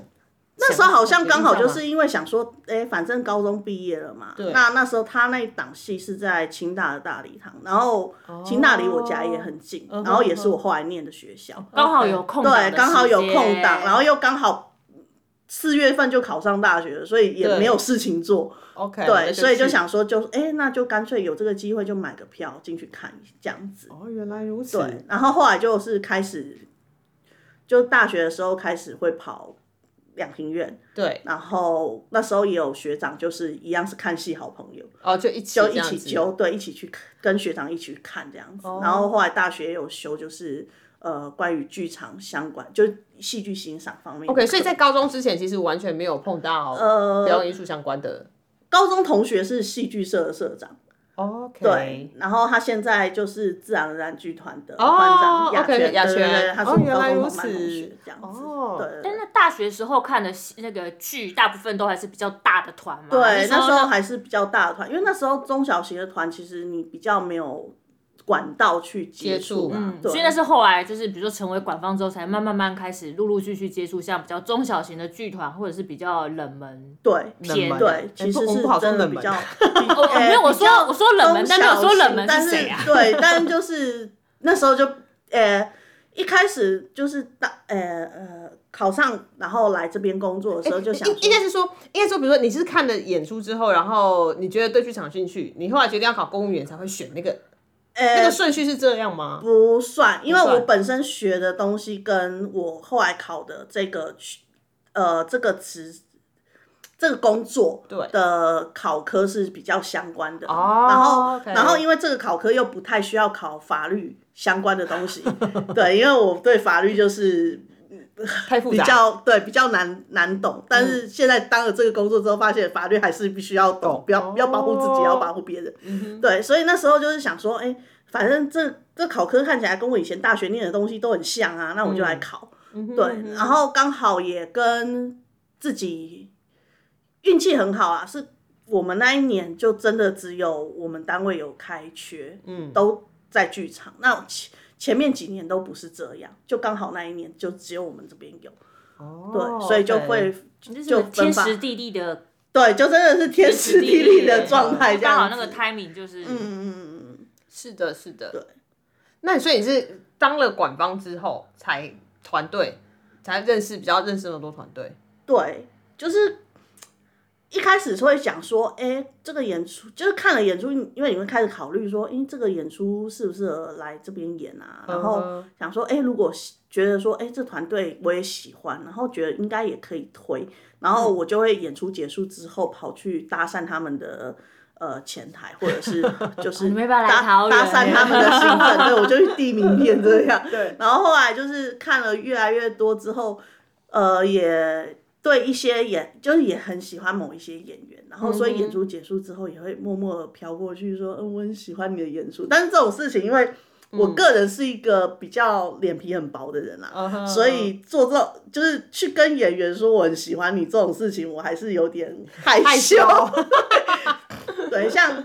[SPEAKER 1] 那
[SPEAKER 3] 那时候好像刚好
[SPEAKER 2] 啊
[SPEAKER 3] 就是因为想说，哎、反正高中毕业了嘛。那那时候他那一档戏是在清大的大礼堂，然后
[SPEAKER 2] 哦
[SPEAKER 3] 清大离我家也很近，
[SPEAKER 2] 嗯
[SPEAKER 3] 然后也是我后来念的学校。
[SPEAKER 2] 刚好有空档哦的时间，
[SPEAKER 3] 对，刚好有空档，然后又刚好四月份就考上大学了，所以也没有事情做，
[SPEAKER 2] 哦
[SPEAKER 1] 哦 OK，
[SPEAKER 3] 对，所以就
[SPEAKER 1] 去
[SPEAKER 3] 想说就，哎，那就干脆有这个机会就买个票进去看一下这样子。
[SPEAKER 1] 哦，原来如此。
[SPEAKER 3] 对，然后后来就是开始，就大学的时候开始会跑两庭院，
[SPEAKER 1] 对，
[SPEAKER 3] 然后那时候也有学长，就是一样是看戏好朋友，
[SPEAKER 1] 哦，就一起
[SPEAKER 3] 就
[SPEAKER 1] 这
[SPEAKER 3] 一
[SPEAKER 1] 样
[SPEAKER 3] 起
[SPEAKER 1] 子哦
[SPEAKER 3] 揪，对，一起去看跟学长一起去看这样子。然后后来大学也有修，就是呃关于剧场相关，就是戏剧欣赏方面的课。
[SPEAKER 1] OK，所以在高中之前其实完全没有碰到
[SPEAKER 3] 呃
[SPEAKER 1] 表演艺术相关的。
[SPEAKER 3] 高中同学是戏剧社的社长，
[SPEAKER 1] 哦 OK，
[SPEAKER 3] 对，然后他现在就是自然而然剧团的
[SPEAKER 1] 哦
[SPEAKER 3] 团长亚
[SPEAKER 1] OK，
[SPEAKER 3] 轩，
[SPEAKER 1] 亚
[SPEAKER 3] 对对对
[SPEAKER 1] 轩
[SPEAKER 3] 他是
[SPEAKER 1] 哦
[SPEAKER 3] 我们
[SPEAKER 1] 原
[SPEAKER 3] 高
[SPEAKER 1] 来
[SPEAKER 3] 中
[SPEAKER 1] 如
[SPEAKER 3] 同班同
[SPEAKER 1] 此
[SPEAKER 3] 学这样子。
[SPEAKER 1] 哦
[SPEAKER 3] 对
[SPEAKER 2] 但
[SPEAKER 3] 对
[SPEAKER 2] 是大学时候看的戏那个剧，大部分都还是比较大的团嘛。
[SPEAKER 3] 对，那时候
[SPEAKER 2] 还
[SPEAKER 3] 还是比较大的团，因为那时候中小型的团其实你比较没有管道去接
[SPEAKER 1] 触
[SPEAKER 3] 触啊
[SPEAKER 1] 嗯，
[SPEAKER 3] 对
[SPEAKER 2] 所以那是后来就是比如说成为管方之后，才慢慢慢开始陆陆续续接触像比较中小型的剧团，或者是比较冷门
[SPEAKER 3] 对
[SPEAKER 1] 冷
[SPEAKER 2] 偏
[SPEAKER 1] 门
[SPEAKER 3] 对，
[SPEAKER 1] 哎
[SPEAKER 3] 其
[SPEAKER 1] 不
[SPEAKER 3] 实
[SPEAKER 1] 我们
[SPEAKER 3] 是
[SPEAKER 1] 不好说
[SPEAKER 3] 真的
[SPEAKER 1] 冷
[SPEAKER 3] 比
[SPEAKER 1] 门
[SPEAKER 3] 呃较，
[SPEAKER 2] 哦哦没有我说我说冷门但没有说冷门是
[SPEAKER 3] 是
[SPEAKER 2] 谁啊 [laughs]
[SPEAKER 3] 对，但就是那时候就呃一开始就是大呃呃考上，然后来这边工作的时候就想
[SPEAKER 1] 应应该
[SPEAKER 3] 说，
[SPEAKER 1] 是说，应该说，比如说你是看了演出之后，然后你觉得对剧场有兴趣，你后来决定要考公务员才会选那个，那
[SPEAKER 3] 呃
[SPEAKER 1] 个顺序是这样吗？
[SPEAKER 3] 不算，因为
[SPEAKER 1] 不算
[SPEAKER 3] 我本身学的东西跟我后来考的这个呃这个职。这个工作
[SPEAKER 1] 对
[SPEAKER 3] 的考科是比较相关的，
[SPEAKER 1] 哦
[SPEAKER 3] 然后
[SPEAKER 1] OK
[SPEAKER 3] 然后因为这个考科又不太需要考法律相关的东西， [laughs] 对，因为我对法律就是
[SPEAKER 1] 太复
[SPEAKER 3] 比
[SPEAKER 1] 杂了。
[SPEAKER 3] 较对比较难难懂，但是现在当了这个工作之后，发现法律还是必须要懂，不要不要保护自
[SPEAKER 1] 哦
[SPEAKER 3] 己，要保护别人。
[SPEAKER 1] 嗯
[SPEAKER 3] 对，所以那时候就是想说，哎、反正这这考科看起来跟我以前大学念的东西都很像啊，那我就来考。
[SPEAKER 1] 嗯
[SPEAKER 3] 对，然后刚好也跟自己运气很好啊，是我们那一年就真的只有我们单位有开缺，嗯，都在剧场。那前前面几年都不是这样，就刚好那一年就只有我们这边有，哦对，所以就会就
[SPEAKER 2] 天
[SPEAKER 3] 分发，
[SPEAKER 2] 时地利
[SPEAKER 3] [laughs]
[SPEAKER 2] 的
[SPEAKER 3] 对，就真的是天时地利的状态这
[SPEAKER 2] 嗯刚好
[SPEAKER 3] 样
[SPEAKER 2] 那
[SPEAKER 3] 子。
[SPEAKER 2] 个 timing 就是，
[SPEAKER 3] 嗯嗯嗯
[SPEAKER 1] 是的，是的，对。那所以你是当了管方之后才团队才认识比较认识那么多团队，
[SPEAKER 3] 对，就是一开始是会想说，哎、这个演出就是看了演出，因为你会开始考虑说，哎、这个演出适不适合来这边演啊？然后
[SPEAKER 1] 嗯
[SPEAKER 3] 想说，哎、如果喜觉得说，哎、这团队我也喜欢，然后觉得应该也可以推，然后我就会演出结束之后跑去搭讪他们的。呃，前台或者
[SPEAKER 2] [laughs]
[SPEAKER 3] 是就是
[SPEAKER 2] 哦你们要不要来
[SPEAKER 3] 搭
[SPEAKER 2] 桃园
[SPEAKER 3] 搭讪他们的行政， [laughs] 对我就去递名片这样。
[SPEAKER 1] 对
[SPEAKER 3] 然后后来就是看了越来越多之后，呃，也对一些演，就是也很喜欢某一些演员，然后所
[SPEAKER 2] 嗯
[SPEAKER 3] 以演出结束之后也会默默地飘过去说，嗯，我很喜欢你的演出。但是这种事情，因为我
[SPEAKER 2] 嗯
[SPEAKER 3] 个人是一个比较脸皮很薄的人啦、
[SPEAKER 1] 嗯哼
[SPEAKER 3] 所以做这种就是去跟演员说我很喜欢你这种事情，我还是有点害
[SPEAKER 1] 害羞
[SPEAKER 3] [laughs]
[SPEAKER 1] [laughs]
[SPEAKER 3] 对，像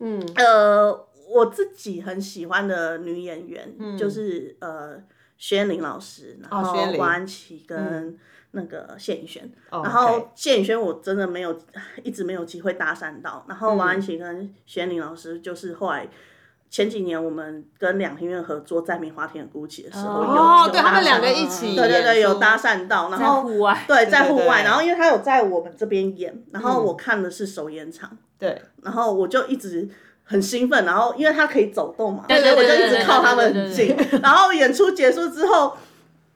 [SPEAKER 3] 嗯呃，我自己很喜欢的女演员、就是呃薛玲老师，然
[SPEAKER 1] 嗯
[SPEAKER 3] 后
[SPEAKER 1] 哦薛玲嗯
[SPEAKER 3] 王安琪跟那个谢颖轩，
[SPEAKER 1] 哦
[SPEAKER 3] 然后
[SPEAKER 1] OK
[SPEAKER 3] 谢颖轩我真的没有 [sighs] 一直没有机会搭讪到，然
[SPEAKER 1] 嗯
[SPEAKER 3] 后王安琪跟薛玲老师就是后来。前几年我们跟两厅院合作在棉花田的姑且的时候，有
[SPEAKER 1] 哦
[SPEAKER 3] 有
[SPEAKER 1] 对他们
[SPEAKER 3] 搭
[SPEAKER 1] 两
[SPEAKER 3] 讪
[SPEAKER 1] 个
[SPEAKER 3] 到
[SPEAKER 1] 一起
[SPEAKER 3] 对对对，
[SPEAKER 1] 演出
[SPEAKER 3] 有搭讪到，然
[SPEAKER 2] 在
[SPEAKER 3] 后
[SPEAKER 2] 户外，
[SPEAKER 3] 对，呃在户
[SPEAKER 1] 对
[SPEAKER 3] 外，
[SPEAKER 1] 对
[SPEAKER 3] 然后因为他有在我们这边演，然
[SPEAKER 2] 嗯
[SPEAKER 3] 后我看的是首演场，
[SPEAKER 1] 对，
[SPEAKER 3] 然后我就一直很兴奋，然后因为他可以走动嘛，
[SPEAKER 2] 对
[SPEAKER 3] 所以我
[SPEAKER 2] 对
[SPEAKER 3] 就
[SPEAKER 2] 对
[SPEAKER 3] 一直
[SPEAKER 2] 对
[SPEAKER 3] 靠他们
[SPEAKER 2] 对
[SPEAKER 3] 很
[SPEAKER 2] 对对
[SPEAKER 3] 近。然后演出结束之后，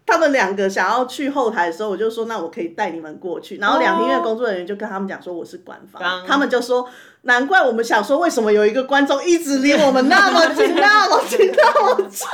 [SPEAKER 3] 他们两个想要去后台的时候，我就说那我可以带你们过去。然后两厅院工作人员就跟他们讲说我是官方
[SPEAKER 2] 哦
[SPEAKER 1] 刚，
[SPEAKER 3] 他们就说难怪我们想说为什么有一个观众一直离我们那么近那么近那么近。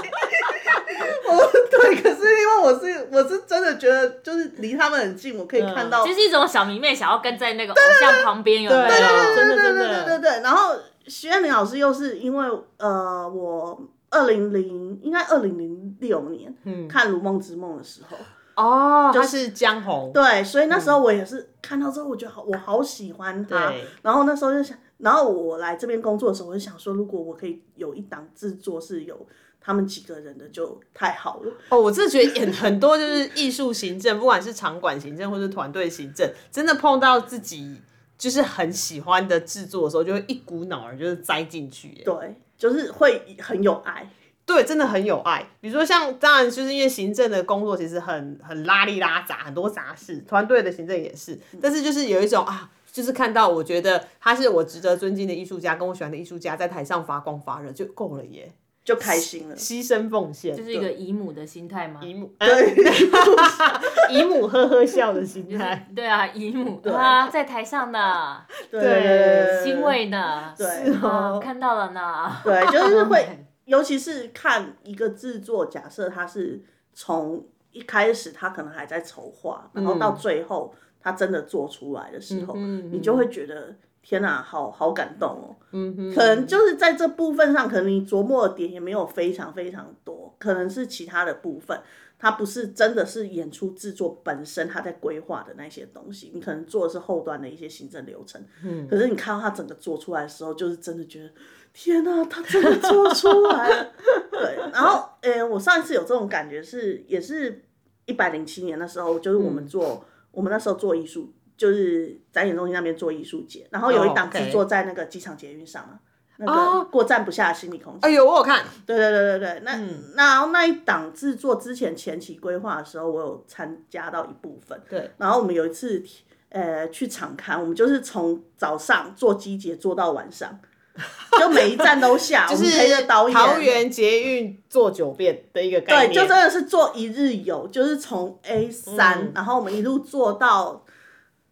[SPEAKER 3] [laughs] 我对，可是因为我是我是真的觉得就是离他们很近，我
[SPEAKER 2] 嗯
[SPEAKER 3] 可以看到
[SPEAKER 2] 就是一种小迷妹想要跟在那个偶像旁边，有没
[SPEAKER 1] 对啊
[SPEAKER 2] 有？
[SPEAKER 1] 真的
[SPEAKER 3] 对
[SPEAKER 1] 真
[SPEAKER 3] 对对对
[SPEAKER 1] 的，
[SPEAKER 3] 对。然后徐彦霖老师又是因为呃，我二零零应该二零零六年、
[SPEAKER 1] 嗯
[SPEAKER 3] 看《如梦之梦》的时候，
[SPEAKER 1] 哦，他是江红，
[SPEAKER 3] 对，所以那时候我也是看到之后，我觉得好，我好喜欢他
[SPEAKER 1] 对。
[SPEAKER 3] 然后那时候就想，然后我来这边工作的时候，我就想说，如果我可以有一档制作是有他们几个人的，就太好了。
[SPEAKER 1] 哦，我真的觉得很很多就是艺术行政，不管是场馆行政或是团队行政，真的碰到自己就是很喜欢的制作的时候，就会一股脑儿就是栽进去耶。
[SPEAKER 3] 对，就是会很有爱。
[SPEAKER 1] 对，真的很有爱。比如说像，当然就是因为行政的工作其实很很拉里拉杂，很多杂事，团队的行政也是。
[SPEAKER 3] 嗯
[SPEAKER 1] 但是就是有一种啊，就是看到我觉得他是我值得尊敬的艺术家，跟我喜欢的艺术家在台上发光发热就够了耶，
[SPEAKER 3] 就开心了，
[SPEAKER 1] 牺牲奉献
[SPEAKER 2] 就是一个姨母的心态吗？
[SPEAKER 1] 姨母 [laughs] 对 [laughs] 姨母呵呵笑的心态。
[SPEAKER 2] 对啊，姨母啊，在台上呢，
[SPEAKER 3] 对对对对，
[SPEAKER 2] 欣慰呢，
[SPEAKER 3] 对
[SPEAKER 2] 啊，看到了呢，
[SPEAKER 3] 对， [laughs] 就是会，尤其是看一个制作，假设他是从一开始他可能还在筹划，然后到最后他真的做出来的时候，你就会觉得天哪、好好感动哦。嗯哼，可能就是在这部分上，可能你琢磨的点也没有非常非常多，可能是其他的部分。它不是真的是演出制作本身，他在规划的那些东西，你可能做的是后端的一些行政流程，嗯，可是你看到他整个做出来的时候，就是真的觉得天呐，他真的做出来
[SPEAKER 1] [laughs]
[SPEAKER 3] 了。对，然后，诶、我上一次有这种感觉是，也是一百零七年的时候，就是我们做，
[SPEAKER 1] 嗯
[SPEAKER 3] 我们那时候做艺术，就是展演中心那边做艺术节，然后有一档
[SPEAKER 1] 哦，OK 哦
[SPEAKER 3] 制作在那个机场捷运上嘛，那个过站不下的心理空间。
[SPEAKER 1] 哎呦，我有看，
[SPEAKER 3] 对对对对对，那、
[SPEAKER 1] 嗯
[SPEAKER 3] 那那一档制作之前前期规划的时候，我有参加到一部分。
[SPEAKER 1] 对，
[SPEAKER 3] 然后我们有一次呃去场刊，我们就是从早上做机节做到晚上，就每一站都下，
[SPEAKER 1] [laughs] 就
[SPEAKER 3] 我们陪
[SPEAKER 1] 是
[SPEAKER 3] 着导演。
[SPEAKER 1] 桃园捷运坐九遍的一个概
[SPEAKER 3] 对，
[SPEAKER 1] 念，
[SPEAKER 3] 就真的是做一日游，就是从 A 三、
[SPEAKER 1] 嗯
[SPEAKER 3] 然后我们一路做到，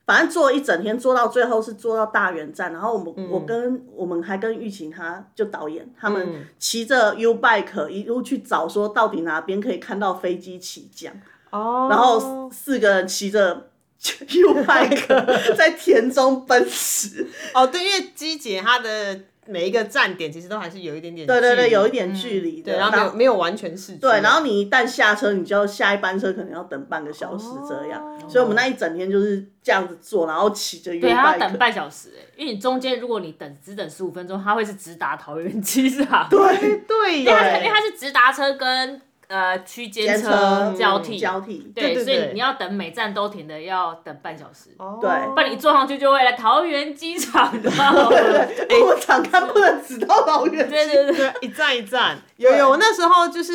[SPEAKER 3] 反正做一整天，做到最后是做到大园站，然后我们、
[SPEAKER 1] 嗯
[SPEAKER 3] 我跟我们还跟玉琴她就导演他
[SPEAKER 1] 嗯
[SPEAKER 3] 们骑着 U bike 一路去找说到底哪边可以看到飞机起降，
[SPEAKER 1] 哦。
[SPEAKER 3] 然后四个人骑着 [laughs]
[SPEAKER 1] [laughs]
[SPEAKER 3] U bike 在田中奔驰，
[SPEAKER 1] 哦，对，因为机姐她的每一个站点其实都还是有一点点
[SPEAKER 3] 对对
[SPEAKER 1] 距
[SPEAKER 3] 对，
[SPEAKER 1] 离
[SPEAKER 3] 有一点距离
[SPEAKER 1] 嗯
[SPEAKER 3] 的。
[SPEAKER 1] 对，然后没有没有完全是
[SPEAKER 3] 对，然后你一旦下车，你就要下一班车可能要等半个小时这样，所以我们那一整天就是这样子做，然后骑着 U
[SPEAKER 2] 哦对，还要
[SPEAKER 3] bike，
[SPEAKER 2] 等半小时、欸，因为你中间如果你等只等十五分钟，它会是直达桃园机场，对，
[SPEAKER 3] 对
[SPEAKER 1] 对
[SPEAKER 2] 因为它因为
[SPEAKER 1] 耶，
[SPEAKER 2] 它是直达车跟呃区间
[SPEAKER 3] 车嗯
[SPEAKER 2] 车交替，
[SPEAKER 3] 交替，
[SPEAKER 2] 对，
[SPEAKER 1] 对对
[SPEAKER 2] 所
[SPEAKER 1] 对
[SPEAKER 2] 以你要等每站都停的，要等半小时。
[SPEAKER 1] 哦
[SPEAKER 3] 对
[SPEAKER 2] 不然你坐上去就会来桃园机场的，对
[SPEAKER 3] 我常看不能只到老远
[SPEAKER 2] [laughs]
[SPEAKER 3] 去。
[SPEAKER 2] 对对，
[SPEAKER 1] 对，一站一 [laughs] 站，有有。我那时候就是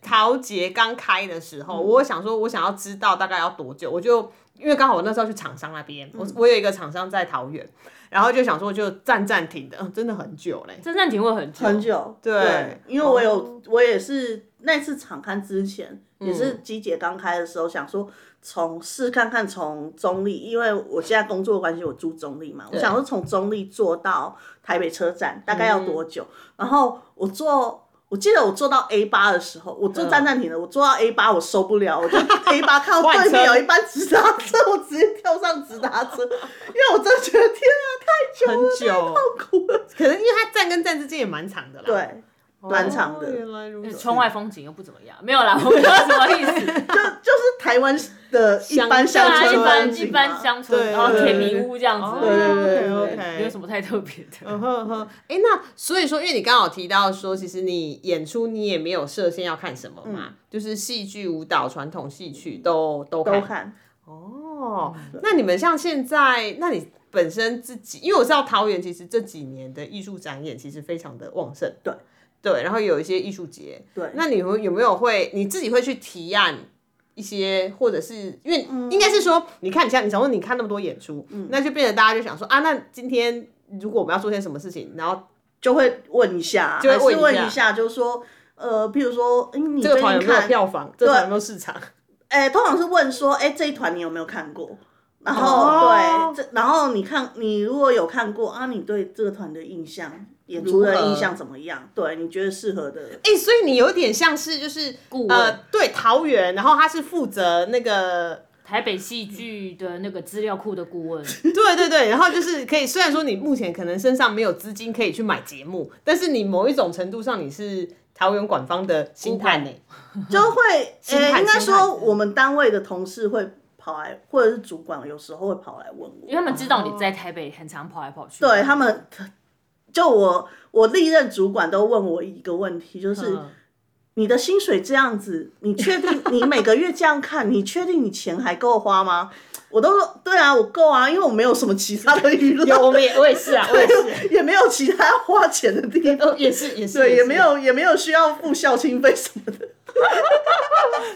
[SPEAKER 1] 桃捷刚开的时候，我想说，我想要知道大概要多久，我就因为刚好我那时候去厂商那边，我我有一个厂商在桃园，然后就想说就站站停的，嗯，真的很久嘞。
[SPEAKER 2] 真正停会很久，
[SPEAKER 3] 很久，
[SPEAKER 1] 对哦
[SPEAKER 3] 因为我有，我也是那次场刊之前，
[SPEAKER 1] 嗯
[SPEAKER 3] 也是机姐刚开的时候，想说从试看看从中立，因为我现在工作的关系，我住中立嘛，我想说从中立坐到台北车站大概
[SPEAKER 1] 嗯
[SPEAKER 3] 要多久？然后我坐，我记得我坐到 A 八的时候，我
[SPEAKER 1] 嗯
[SPEAKER 3] 坐站站停的，我坐到 A 八我受不了，
[SPEAKER 1] [laughs]
[SPEAKER 3] 我就 A 八看到
[SPEAKER 1] 换车
[SPEAKER 3] 对面有一班直达车，我直接跳上直达车，因为我真的觉得天啊，太久了，
[SPEAKER 1] 很久
[SPEAKER 3] 太痛苦了，
[SPEAKER 1] 可能因为它站跟站之间也蛮长的啦，
[SPEAKER 3] 对，蛮长的
[SPEAKER 1] 哦原来如此，
[SPEAKER 2] 窗外风景又不怎么样，没有啦， [laughs] 我不知道什么意思。
[SPEAKER 3] 就就是台湾的一般
[SPEAKER 2] 对
[SPEAKER 3] 乡
[SPEAKER 2] 啊，一
[SPEAKER 3] 村
[SPEAKER 2] 般
[SPEAKER 3] 风
[SPEAKER 2] 一
[SPEAKER 3] 景
[SPEAKER 2] 般
[SPEAKER 3] 嘛，
[SPEAKER 2] 乡村，
[SPEAKER 1] 对
[SPEAKER 2] 然后
[SPEAKER 1] 对
[SPEAKER 2] 铁
[SPEAKER 1] 对
[SPEAKER 2] 皮
[SPEAKER 1] 对
[SPEAKER 2] 屋这样子，
[SPEAKER 3] 哦对对对对嗯
[SPEAKER 1] ，OK
[SPEAKER 2] 没有
[SPEAKER 1] OK，
[SPEAKER 2] 什么太特别的。
[SPEAKER 1] 呵呵， [laughs] 哎、那所以说，因为你刚好提到说，其实你演出你也没有设限要看什么嘛，就是戏剧、舞蹈、传统戏曲都都看
[SPEAKER 3] 嗯都看。嗯
[SPEAKER 1] 哦。那你们像现在，那你本身自己，因为我知道桃园其实这几年的艺术展演其实非常的旺盛，
[SPEAKER 3] 对
[SPEAKER 1] 对，然后有一些艺术节，
[SPEAKER 3] 对
[SPEAKER 1] 那你会有没有会你自己会去提案？一些，或者是因为
[SPEAKER 3] 嗯
[SPEAKER 1] 应该是说，你看你像你想问你看那么多演出，那就变得大家就想说啊，那今天如果我们要做些什么事情，然后
[SPEAKER 3] 就会问一下，
[SPEAKER 1] 就会问一
[SPEAKER 3] 还
[SPEAKER 1] 下
[SPEAKER 3] 是问一下，就是说，呃，譬如说，哎、你
[SPEAKER 1] 这
[SPEAKER 3] 最
[SPEAKER 1] 个团有
[SPEAKER 3] 近
[SPEAKER 1] 没有
[SPEAKER 3] 看，
[SPEAKER 1] 票房，这个团有没有市场？
[SPEAKER 3] 哎、通常是问说，哎、这一团你有没有看过？然后、
[SPEAKER 1] 哦
[SPEAKER 3] 对，这然后你看，你如果有看过啊，你对这个团的印象，演出
[SPEAKER 1] 如
[SPEAKER 3] 的
[SPEAKER 1] 何
[SPEAKER 3] 印象怎么样？对，你觉得适合的？
[SPEAKER 1] 哎、所以你有点像是就是
[SPEAKER 2] 顾问
[SPEAKER 1] 呃，对桃园，然后他是负责那个，
[SPEAKER 2] 台北戏剧的那个资料库的顾
[SPEAKER 3] [laughs]
[SPEAKER 2] 问，
[SPEAKER 1] 对对对，然后就是可以，虽然说你目前可能身上没有资金可以去买节目，但是你某一种程度上你是桃园管方的心态呢，
[SPEAKER 3] 就会，
[SPEAKER 1] 心态
[SPEAKER 3] 呃、应该
[SPEAKER 1] 心态
[SPEAKER 3] 说我们单位的同事会跑来，或者是主管有时候会跑来问我，
[SPEAKER 2] 因为他们知道你在台北很常跑来跑去。
[SPEAKER 3] 对他们，就我我历任主管都问我一个问题，就是
[SPEAKER 2] 嗯
[SPEAKER 3] 你的薪水这样子，你确定你每个月这样看，你确定你钱还够花吗？我都说对啊，我够啊，因为我没有什么其他的娱乐，
[SPEAKER 1] [laughs] 有我们也我也是 [laughs] 啊，我也是，
[SPEAKER 3] 也没有其他花钱的地
[SPEAKER 1] [laughs]
[SPEAKER 3] 方，
[SPEAKER 1] 呃也是也是，
[SPEAKER 3] 对，也
[SPEAKER 1] 是
[SPEAKER 3] 没有也没有需要付孝亲费什
[SPEAKER 1] [laughs]
[SPEAKER 3] 么的，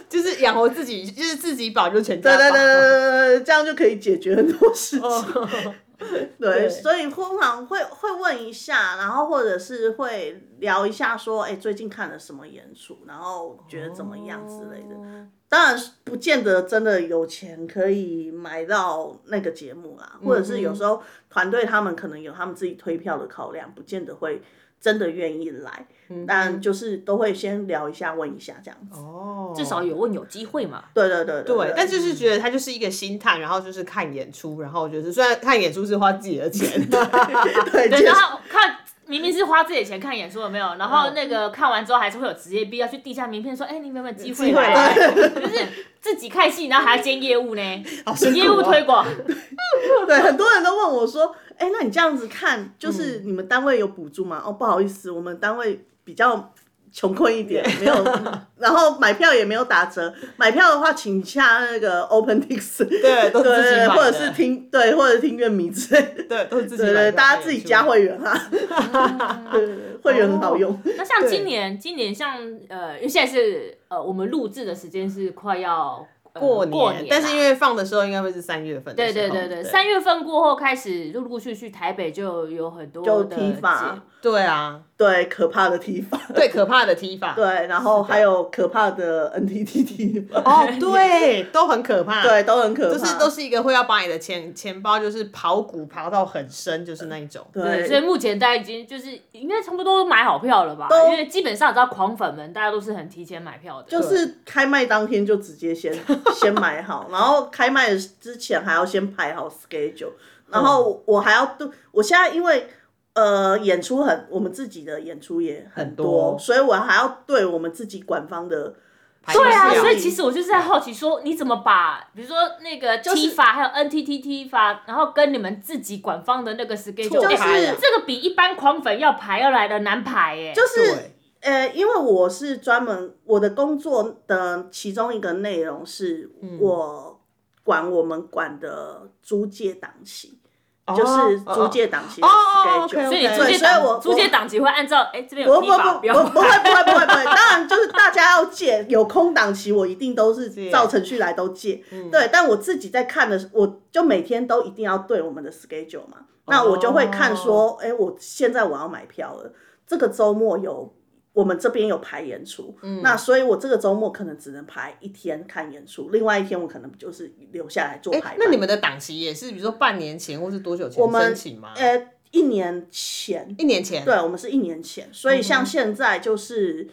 [SPEAKER 1] 就是养活自己，就是自己保就全家
[SPEAKER 3] 对对对
[SPEAKER 1] 保
[SPEAKER 3] 对对对，这样就可以解决很多事情。
[SPEAKER 1] 哦对
[SPEAKER 3] 对，所以通常会会问一下，然后或者是会聊一下说，哎、最近看了什么演出，然后觉得怎么样之类的。
[SPEAKER 1] 哦
[SPEAKER 3] 当然，不见得真的有钱可以买到那个节目啦，或者是
[SPEAKER 1] 嗯
[SPEAKER 3] 有时候团队他们可能有他们自己推票的考量，不见得会真的愿意来。但就是都会先聊一下，问一下这样子。
[SPEAKER 1] 嗯哦，
[SPEAKER 2] 至少有问有机会嘛。
[SPEAKER 3] 对对对对
[SPEAKER 1] 对，但就是觉得他就是一个心态，然后就是看演出，然后就是虽然看演出是花自己的 [laughs] 钱，
[SPEAKER 3] 对，
[SPEAKER 2] 对，
[SPEAKER 3] 就是
[SPEAKER 2] 然后看明明是花自己的钱看演出有没
[SPEAKER 3] 嗯
[SPEAKER 2] 有，然后那个看完之后还是会有职业病，要去递下名片说，哎、你们有没有机会
[SPEAKER 1] 机会
[SPEAKER 2] 来啊？就是自己看戏，然后还要兼业务
[SPEAKER 3] [laughs]
[SPEAKER 2] 呢，
[SPEAKER 3] 啊
[SPEAKER 1] 辛苦哦
[SPEAKER 2] 业务推广，
[SPEAKER 3] 对，很多人都问我说：“哎、那你这样子看，
[SPEAKER 1] 嗯
[SPEAKER 3] 就是你们单位有补助吗？”哦，不好意思，我们单位比较穷困一点，没有，然后买票也没有打折。买票的话，请下那个 OpenTix，
[SPEAKER 1] 对，都是自己买
[SPEAKER 3] 对，
[SPEAKER 1] 的，
[SPEAKER 3] 或者是听对，或者听乐迷之类的。
[SPEAKER 1] 对，都是嗯自己
[SPEAKER 3] 对
[SPEAKER 1] 买的
[SPEAKER 3] 对，大家自己加会员哈、对对对，会员很好用。
[SPEAKER 1] 哦
[SPEAKER 2] 那像今年，今年像呃，因为现在是呃，我们录制的时间是快要、呃
[SPEAKER 1] 过
[SPEAKER 2] 年，
[SPEAKER 1] 年，但是因
[SPEAKER 2] 为。
[SPEAKER 1] 为哦放的时候应该会是三月份的
[SPEAKER 2] 对
[SPEAKER 1] 时
[SPEAKER 2] 对
[SPEAKER 1] 候，
[SPEAKER 2] 对对，三月份过后开始，陆陆续续台北就有很多
[SPEAKER 3] 就
[SPEAKER 2] 的
[SPEAKER 3] 踢法
[SPEAKER 2] 节
[SPEAKER 1] 对啊，
[SPEAKER 3] 对，可怕的踢法。
[SPEAKER 1] 对可怕的踢法，
[SPEAKER 3] 对，然后还有可怕的 NTT 踢法。
[SPEAKER 1] 哦，对，都很可怕，，
[SPEAKER 3] 对，都很可怕。
[SPEAKER 1] 就是都是一个会要把你的钱钱包就是刨骨刨到很深，就是那一种，
[SPEAKER 2] 对，所以目前大家已经就是应该差不多都买好票了吧？
[SPEAKER 3] 都
[SPEAKER 2] 因为基本上你知道狂粉们，大家都是很提前买票的。
[SPEAKER 3] 就是开卖当天就直接先 [laughs] 先买好，然后开卖之前还要先排好 schedule，然后我还要对，我现在因为呃，演出很，我们自己的演出也很
[SPEAKER 1] 很多
[SPEAKER 3] 所以我还要对我们自己馆方的
[SPEAKER 1] 对
[SPEAKER 2] 对啊，
[SPEAKER 3] 是啊
[SPEAKER 2] 所以其实我就是在好奇说，你怎么把比如说那个
[SPEAKER 3] 是
[SPEAKER 2] T 法还有 NTT T 法，然后跟你们自己管方的那个 schedule，
[SPEAKER 1] 错
[SPEAKER 3] 就是
[SPEAKER 1] 开了
[SPEAKER 2] 这个比一般狂粉要排要来的难排耶。
[SPEAKER 3] 就是
[SPEAKER 1] 对
[SPEAKER 3] 呃，因为我是专门我的工作的其中一个内容是
[SPEAKER 1] 嗯
[SPEAKER 3] 我管我们管的租借档期，就是租借档期的
[SPEAKER 1] 哦哦哦
[SPEAKER 3] schedule，、
[SPEAKER 1] ，OK，OK
[SPEAKER 2] 所以你租
[SPEAKER 3] 对
[SPEAKER 2] 借
[SPEAKER 3] 所以我
[SPEAKER 2] 档
[SPEAKER 3] 我
[SPEAKER 2] 租借档期会按照哎这边
[SPEAKER 3] 不
[SPEAKER 2] 有
[SPEAKER 3] 不
[SPEAKER 2] T
[SPEAKER 3] 不
[SPEAKER 2] 法，要
[SPEAKER 3] 不不会不会不会不会， [laughs] 当然就是大家要借，有空档期我一定都是照程序来都借，
[SPEAKER 1] 嗯
[SPEAKER 3] 对。但我自己在看的时，我就每天都一定要对我们的 schedule 嘛，那
[SPEAKER 1] 哦
[SPEAKER 3] 我就会看说，哎、我现在我要买票了，这个周末有我们这边有排演出，
[SPEAKER 1] 嗯
[SPEAKER 3] 那所以我这个周末可能只能排一天看演出，另外一天我可能就是留下来做排
[SPEAKER 1] 哎、
[SPEAKER 3] 版。
[SPEAKER 1] 那你们的档期也是，比如说半年前或是多久前
[SPEAKER 3] 我们
[SPEAKER 1] 申请吗？
[SPEAKER 3] 呃一年前
[SPEAKER 1] 一年前。嗯
[SPEAKER 3] 对，我们是一年前，所以像现在就是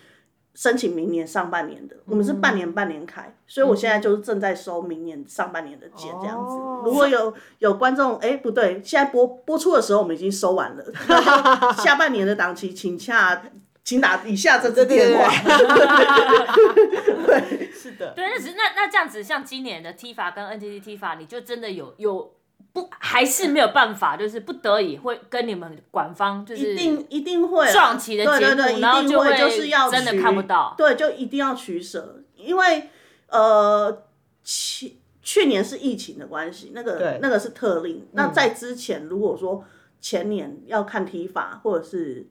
[SPEAKER 3] 申请明年上半年的，我们是
[SPEAKER 1] 嗯
[SPEAKER 3] 半年半年开，所以我现在就是正在收明年上半年的件这样子。
[SPEAKER 1] 哦
[SPEAKER 3] 如果有有观众，哎、不对，现在播播出的时候我们已经收完了，那就下半年的档期请洽，请打以下这支电话。
[SPEAKER 1] [laughs] 是的，
[SPEAKER 2] 对，那只是那那这样子，像今年的 T 法跟 NTT T 法，你就真的有有不还是没有办法，就是不得已会跟你们管方就是
[SPEAKER 3] 一定一定会啊
[SPEAKER 2] 撞期的
[SPEAKER 3] 对
[SPEAKER 2] 节
[SPEAKER 3] 对
[SPEAKER 2] 目
[SPEAKER 3] 对，一
[SPEAKER 2] 然后
[SPEAKER 3] 定
[SPEAKER 2] 就
[SPEAKER 3] 会
[SPEAKER 2] 会
[SPEAKER 3] 就是要
[SPEAKER 2] 真的
[SPEAKER 3] 取
[SPEAKER 2] 看不到
[SPEAKER 3] 对，就一定要取舍，因为呃，去去年是疫情的关系，那个
[SPEAKER 1] 对嗯
[SPEAKER 3] 那个是特例。那在之前，如果说前年要看体法或者是。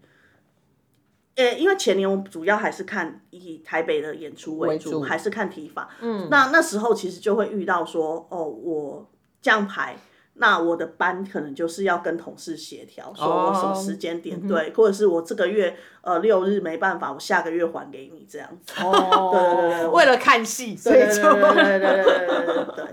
[SPEAKER 3] 呃、因为前年我主要还是看以台北的演出为
[SPEAKER 1] 为
[SPEAKER 3] 主，
[SPEAKER 1] 主
[SPEAKER 3] 还是看体法。嗯，那那时候其实就会遇到说，哦，我这样排，那我的班可能就是要跟同事协调，说我什么时间点、对，或者是我这个月呃六日没办法，我下个月还给你这样子。
[SPEAKER 2] 哦，
[SPEAKER 3] 对对对对
[SPEAKER 1] 为了看戏，所以
[SPEAKER 3] 对
[SPEAKER 1] 就
[SPEAKER 3] 对对对对对对对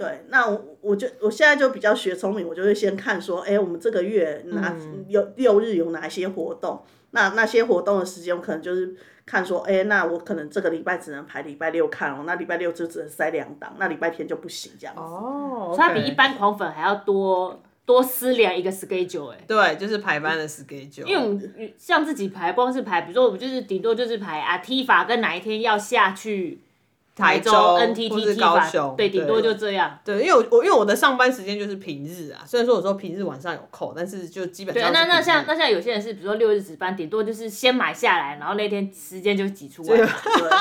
[SPEAKER 3] 对。那我我就我现在就比较学聪明，我就会先看说，哎、我们这个月哪、有六日有哪些活动？那那些活动的时间，我可能就是看说，哎、那我可能这个礼拜只能排礼拜六看哦，那礼拜六就只能塞两档，那礼拜天就不行这样子。
[SPEAKER 1] 哦，
[SPEAKER 2] 所以它比一般狂粉还要多多思量一个 schedule 哎、
[SPEAKER 1] 对，就是排班的 schedule，
[SPEAKER 2] 因为我们像自己排，光是排，比如说我们就是顶多就是排啊 T 法跟哪一天要下去
[SPEAKER 1] 台
[SPEAKER 2] 州
[SPEAKER 1] 或
[SPEAKER 2] NTT
[SPEAKER 1] 是
[SPEAKER 2] T
[SPEAKER 1] 高
[SPEAKER 2] 法
[SPEAKER 1] 雄，，
[SPEAKER 2] 对，顶多就这样。
[SPEAKER 1] 对，因为我我因为我的上班时间就是平日啊，虽然说我说平日晚上有空，但是就基本
[SPEAKER 2] 对
[SPEAKER 1] 上，
[SPEAKER 2] 那
[SPEAKER 1] 是
[SPEAKER 2] 那
[SPEAKER 1] 平
[SPEAKER 2] 像
[SPEAKER 1] 日
[SPEAKER 2] 那像有些人是，比如说六日值班，顶多就是先买下来，然后那天时间就挤出来。
[SPEAKER 3] 对。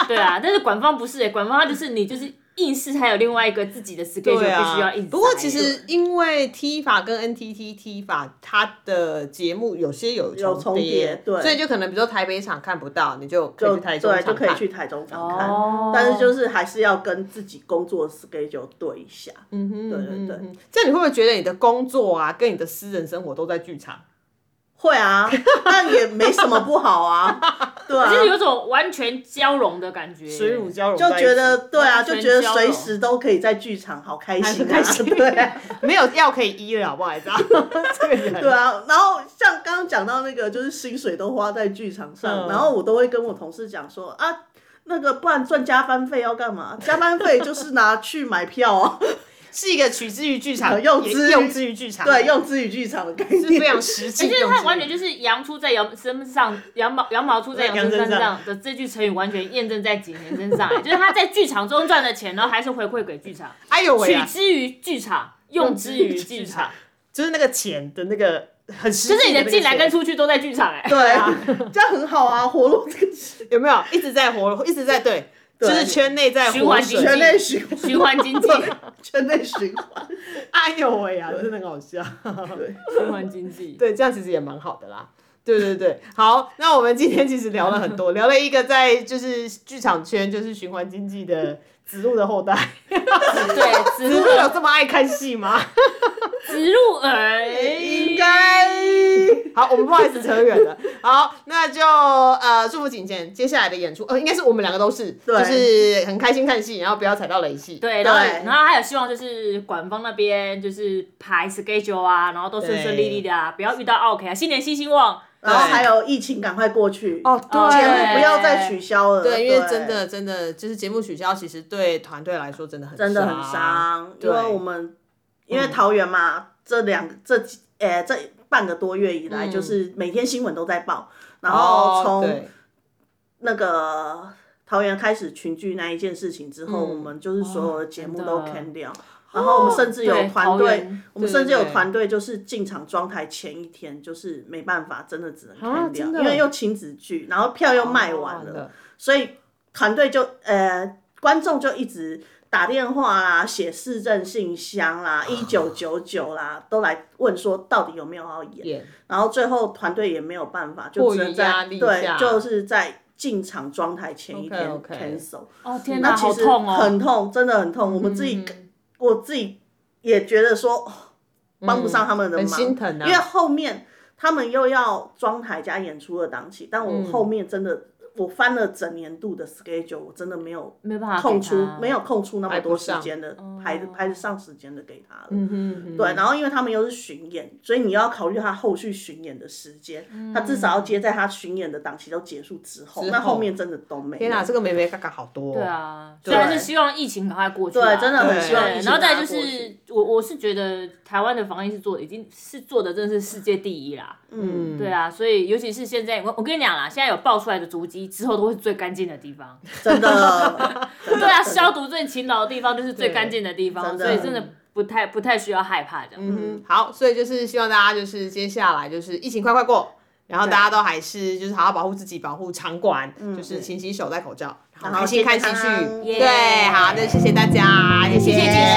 [SPEAKER 2] 对啊，但是管方不是哎、管方他就是你就是硬是还有另外一个自己的 schedule
[SPEAKER 1] 对
[SPEAKER 2] 必须要
[SPEAKER 1] 啊
[SPEAKER 2] 硬塞。
[SPEAKER 1] 不过其实因为 T 法跟 NTT T 法，它的节目有些有
[SPEAKER 3] 有重叠对
[SPEAKER 1] 所以就可能比如说台北场看不到，你就可以
[SPEAKER 3] 就
[SPEAKER 1] 去台中
[SPEAKER 3] 对，
[SPEAKER 1] 场
[SPEAKER 3] 就可以
[SPEAKER 1] 看
[SPEAKER 3] 去台中场看，
[SPEAKER 2] 哦
[SPEAKER 3] 但是就是还是要跟自己工作 schedule 对一下。嗯哼，对对对，
[SPEAKER 1] 嗯这样你会不会觉得你的工作啊，跟你的私人生活都在剧
[SPEAKER 2] 嗯
[SPEAKER 1] 场？[laughs]
[SPEAKER 3] 会啊，但也没什么不好啊，对啊，
[SPEAKER 2] 就是有种完全交融的感觉，
[SPEAKER 1] 水乳交融在
[SPEAKER 3] 就
[SPEAKER 1] 一起，
[SPEAKER 3] 觉得对啊，
[SPEAKER 2] 完
[SPEAKER 3] 就
[SPEAKER 2] 全
[SPEAKER 3] 觉得
[SPEAKER 2] 交
[SPEAKER 3] 随
[SPEAKER 2] 融
[SPEAKER 3] 时都可以在剧场，好开心、啊，
[SPEAKER 1] 开心
[SPEAKER 3] [laughs] 对啊。
[SPEAKER 1] 没有药可以医了，好不好？你 [laughs] 知道这个人
[SPEAKER 3] 对啊，然后像刚刚讲到那个，就是薪水都花在剧场上，
[SPEAKER 1] 嗯
[SPEAKER 3] 然后我都会跟我同事讲说啊，那个不然赚加班费要干嘛？加班费就是拿去买票啊， [laughs]
[SPEAKER 1] 是一个取之于剧场，
[SPEAKER 3] 用
[SPEAKER 1] 也
[SPEAKER 3] 之
[SPEAKER 1] 呃
[SPEAKER 3] 于
[SPEAKER 1] 用之于剧场，
[SPEAKER 3] 对，用之于剧场的概念，
[SPEAKER 1] 是 [laughs] 非常实际，
[SPEAKER 2] 就是
[SPEAKER 1] 用之
[SPEAKER 2] 他
[SPEAKER 1] 于
[SPEAKER 2] 完全就是羊出在羊身上，羊毛羊毛出在羊身上的这句成语，完全验证在景贤身
[SPEAKER 1] [laughs]
[SPEAKER 2] 上。欸就是他在剧场中赚的钱，然后还是回馈给剧场，
[SPEAKER 1] 哎呦喂
[SPEAKER 2] 取
[SPEAKER 1] 啊，
[SPEAKER 2] 之于剧场，用之于剧场，
[SPEAKER 1] 就是那个钱的那个很实际
[SPEAKER 2] 就是你
[SPEAKER 1] 的那
[SPEAKER 2] 的
[SPEAKER 1] 个
[SPEAKER 2] 进来
[SPEAKER 1] 钱
[SPEAKER 2] 跟出去都在剧场哎、
[SPEAKER 3] 对啊， [laughs] 这样很好啊，活络这
[SPEAKER 1] [laughs]
[SPEAKER 3] 个
[SPEAKER 1] 有没有一直在活，一直在对，就是圈内在
[SPEAKER 2] 循环
[SPEAKER 1] 活水
[SPEAKER 2] 经济
[SPEAKER 3] 圈内循环，
[SPEAKER 2] 循环经济，
[SPEAKER 3] 圈内循环，
[SPEAKER 1] 哎呦喂啊，真的很好笑。 [laughs]
[SPEAKER 3] 对，
[SPEAKER 2] [laughs] 循环经济。
[SPEAKER 1] 对，这样其实也蛮好的啦。对对对，好，那我们今天其实聊了很 [laughs] 多，聊了一个在就是剧场圈就是循环经济的子路的后代， [laughs]
[SPEAKER 2] 对，
[SPEAKER 1] 子
[SPEAKER 2] 子
[SPEAKER 1] 路
[SPEAKER 2] 路
[SPEAKER 1] 有这么爱看戏吗？
[SPEAKER 2] 子入耳，
[SPEAKER 1] 应该好，我们不好意思扯远 [laughs] 了。好，那就呃祝福景贤接下来的演出，呃，应该是我们两个都是，
[SPEAKER 3] 对
[SPEAKER 1] 就是很开心看戏，然后不要踩到雷戏。
[SPEAKER 2] 对，然后
[SPEAKER 3] 对
[SPEAKER 2] 然后还有希望就是管方那边就是排 schedule 啊，然后都顺顺利利的啊，不要遇到 OK 啊，新年新希望。
[SPEAKER 3] 然后还有疫情赶快过去，
[SPEAKER 1] 哦，
[SPEAKER 2] 哦
[SPEAKER 1] 对
[SPEAKER 3] 节目不要再取消了，
[SPEAKER 1] 对，因为真的真的就是节目取消，其实对团队来说真的很
[SPEAKER 3] 真的很
[SPEAKER 1] 伤。
[SPEAKER 3] 伤，因为我们因为桃园嘛，这两这几诶、这半个多月以来，就是每天新闻都在报，然
[SPEAKER 1] 嗯
[SPEAKER 3] 后
[SPEAKER 1] 哦，
[SPEAKER 3] 从
[SPEAKER 1] 对，
[SPEAKER 3] 那个桃园开始群聚那一件事情之后，
[SPEAKER 1] 嗯
[SPEAKER 3] 我们就是所有的节目
[SPEAKER 1] 哦
[SPEAKER 3] 都
[SPEAKER 2] 真的
[SPEAKER 3] can 掉。然后我们甚至有
[SPEAKER 2] 对
[SPEAKER 3] 团
[SPEAKER 2] 桃
[SPEAKER 3] 队
[SPEAKER 2] 园，
[SPEAKER 3] 我们甚至有
[SPEAKER 1] 对
[SPEAKER 3] 团队就是进场装台前一天，就是没办法，真的只能
[SPEAKER 1] 啊
[SPEAKER 3] 看掉，
[SPEAKER 1] 真的哦
[SPEAKER 3] 因为又亲子剧，然后票又卖完了，
[SPEAKER 1] 了，
[SPEAKER 3] 所以团队就呃观众就一直打电话啦，写市政信箱啦，一九九九啦，都来问说到底有没有要演。
[SPEAKER 1] 演
[SPEAKER 3] 然后最后团队也没有办法，就
[SPEAKER 1] 迫于
[SPEAKER 3] 只能
[SPEAKER 1] 压
[SPEAKER 3] 在
[SPEAKER 1] 力
[SPEAKER 3] 对，
[SPEAKER 1] 下
[SPEAKER 3] 就是在进场装台前一天
[SPEAKER 1] OK，OK
[SPEAKER 3] cancel。
[SPEAKER 2] 哦天
[SPEAKER 3] 那
[SPEAKER 2] 哪，
[SPEAKER 3] 其
[SPEAKER 2] 好
[SPEAKER 3] 实
[SPEAKER 2] 痛哦，
[SPEAKER 3] 很痛，真的很痛。我们自
[SPEAKER 1] 嗯
[SPEAKER 3] 己，我自己也觉得说哦帮不上他们的忙，
[SPEAKER 1] 很心疼啊
[SPEAKER 3] 因为后面他们又要装台加演出的档期，但我
[SPEAKER 1] 嗯
[SPEAKER 3] 后面真的。我翻了整年度的 schedule，我真的没有
[SPEAKER 2] 没办法
[SPEAKER 3] 空
[SPEAKER 2] 给
[SPEAKER 3] 出
[SPEAKER 2] 他，
[SPEAKER 3] 没有空出那么
[SPEAKER 1] 啊排
[SPEAKER 3] 多
[SPEAKER 1] 不
[SPEAKER 3] 时
[SPEAKER 1] 上哦
[SPEAKER 3] 间的排排得上时间的给他了。
[SPEAKER 1] 嗯，
[SPEAKER 3] 对，然后因为他们又是巡演，所以你要考虑他后续巡演的时间，他至少要接在他巡演的档期都结束之后，
[SPEAKER 1] 嗯之
[SPEAKER 3] 那后
[SPEAKER 1] 后
[SPEAKER 3] 面真的都没有。
[SPEAKER 1] 天啊哪，这个妹妹嘎嘎好多，对
[SPEAKER 2] 对，啊，所以还是希望疫情赶快过去啊，
[SPEAKER 3] 对，真的很希望疫
[SPEAKER 2] 对，
[SPEAKER 3] 情
[SPEAKER 2] 然后再
[SPEAKER 3] 赶
[SPEAKER 2] 就
[SPEAKER 3] 快过去
[SPEAKER 2] 是，我我是觉得台湾的防疫是做的已经是做的真的是世界第一啦。嗯，对啊，所以尤其是现在，我我跟你讲啦，现在有爆出来的足迹之后都会是最干净的地方。
[SPEAKER 1] [laughs]
[SPEAKER 3] 真的，对
[SPEAKER 2] 对啊，消毒最勤劳的地方就是最干净的地方，
[SPEAKER 3] 真的
[SPEAKER 2] 所以真的不太不太需要害怕这样。
[SPEAKER 1] 嗯，好，所以就是希望大家就是接下来就是疫情快快过，然后大家都还是就是好好保护自己，保护场馆，就是勤洗手、戴口罩，然后开
[SPEAKER 3] 后
[SPEAKER 1] 心
[SPEAKER 3] 健
[SPEAKER 1] 看戏
[SPEAKER 3] 康
[SPEAKER 1] 剧。
[SPEAKER 3] 耶
[SPEAKER 1] 对，好，那谢谢大家，谢
[SPEAKER 2] 谢谢金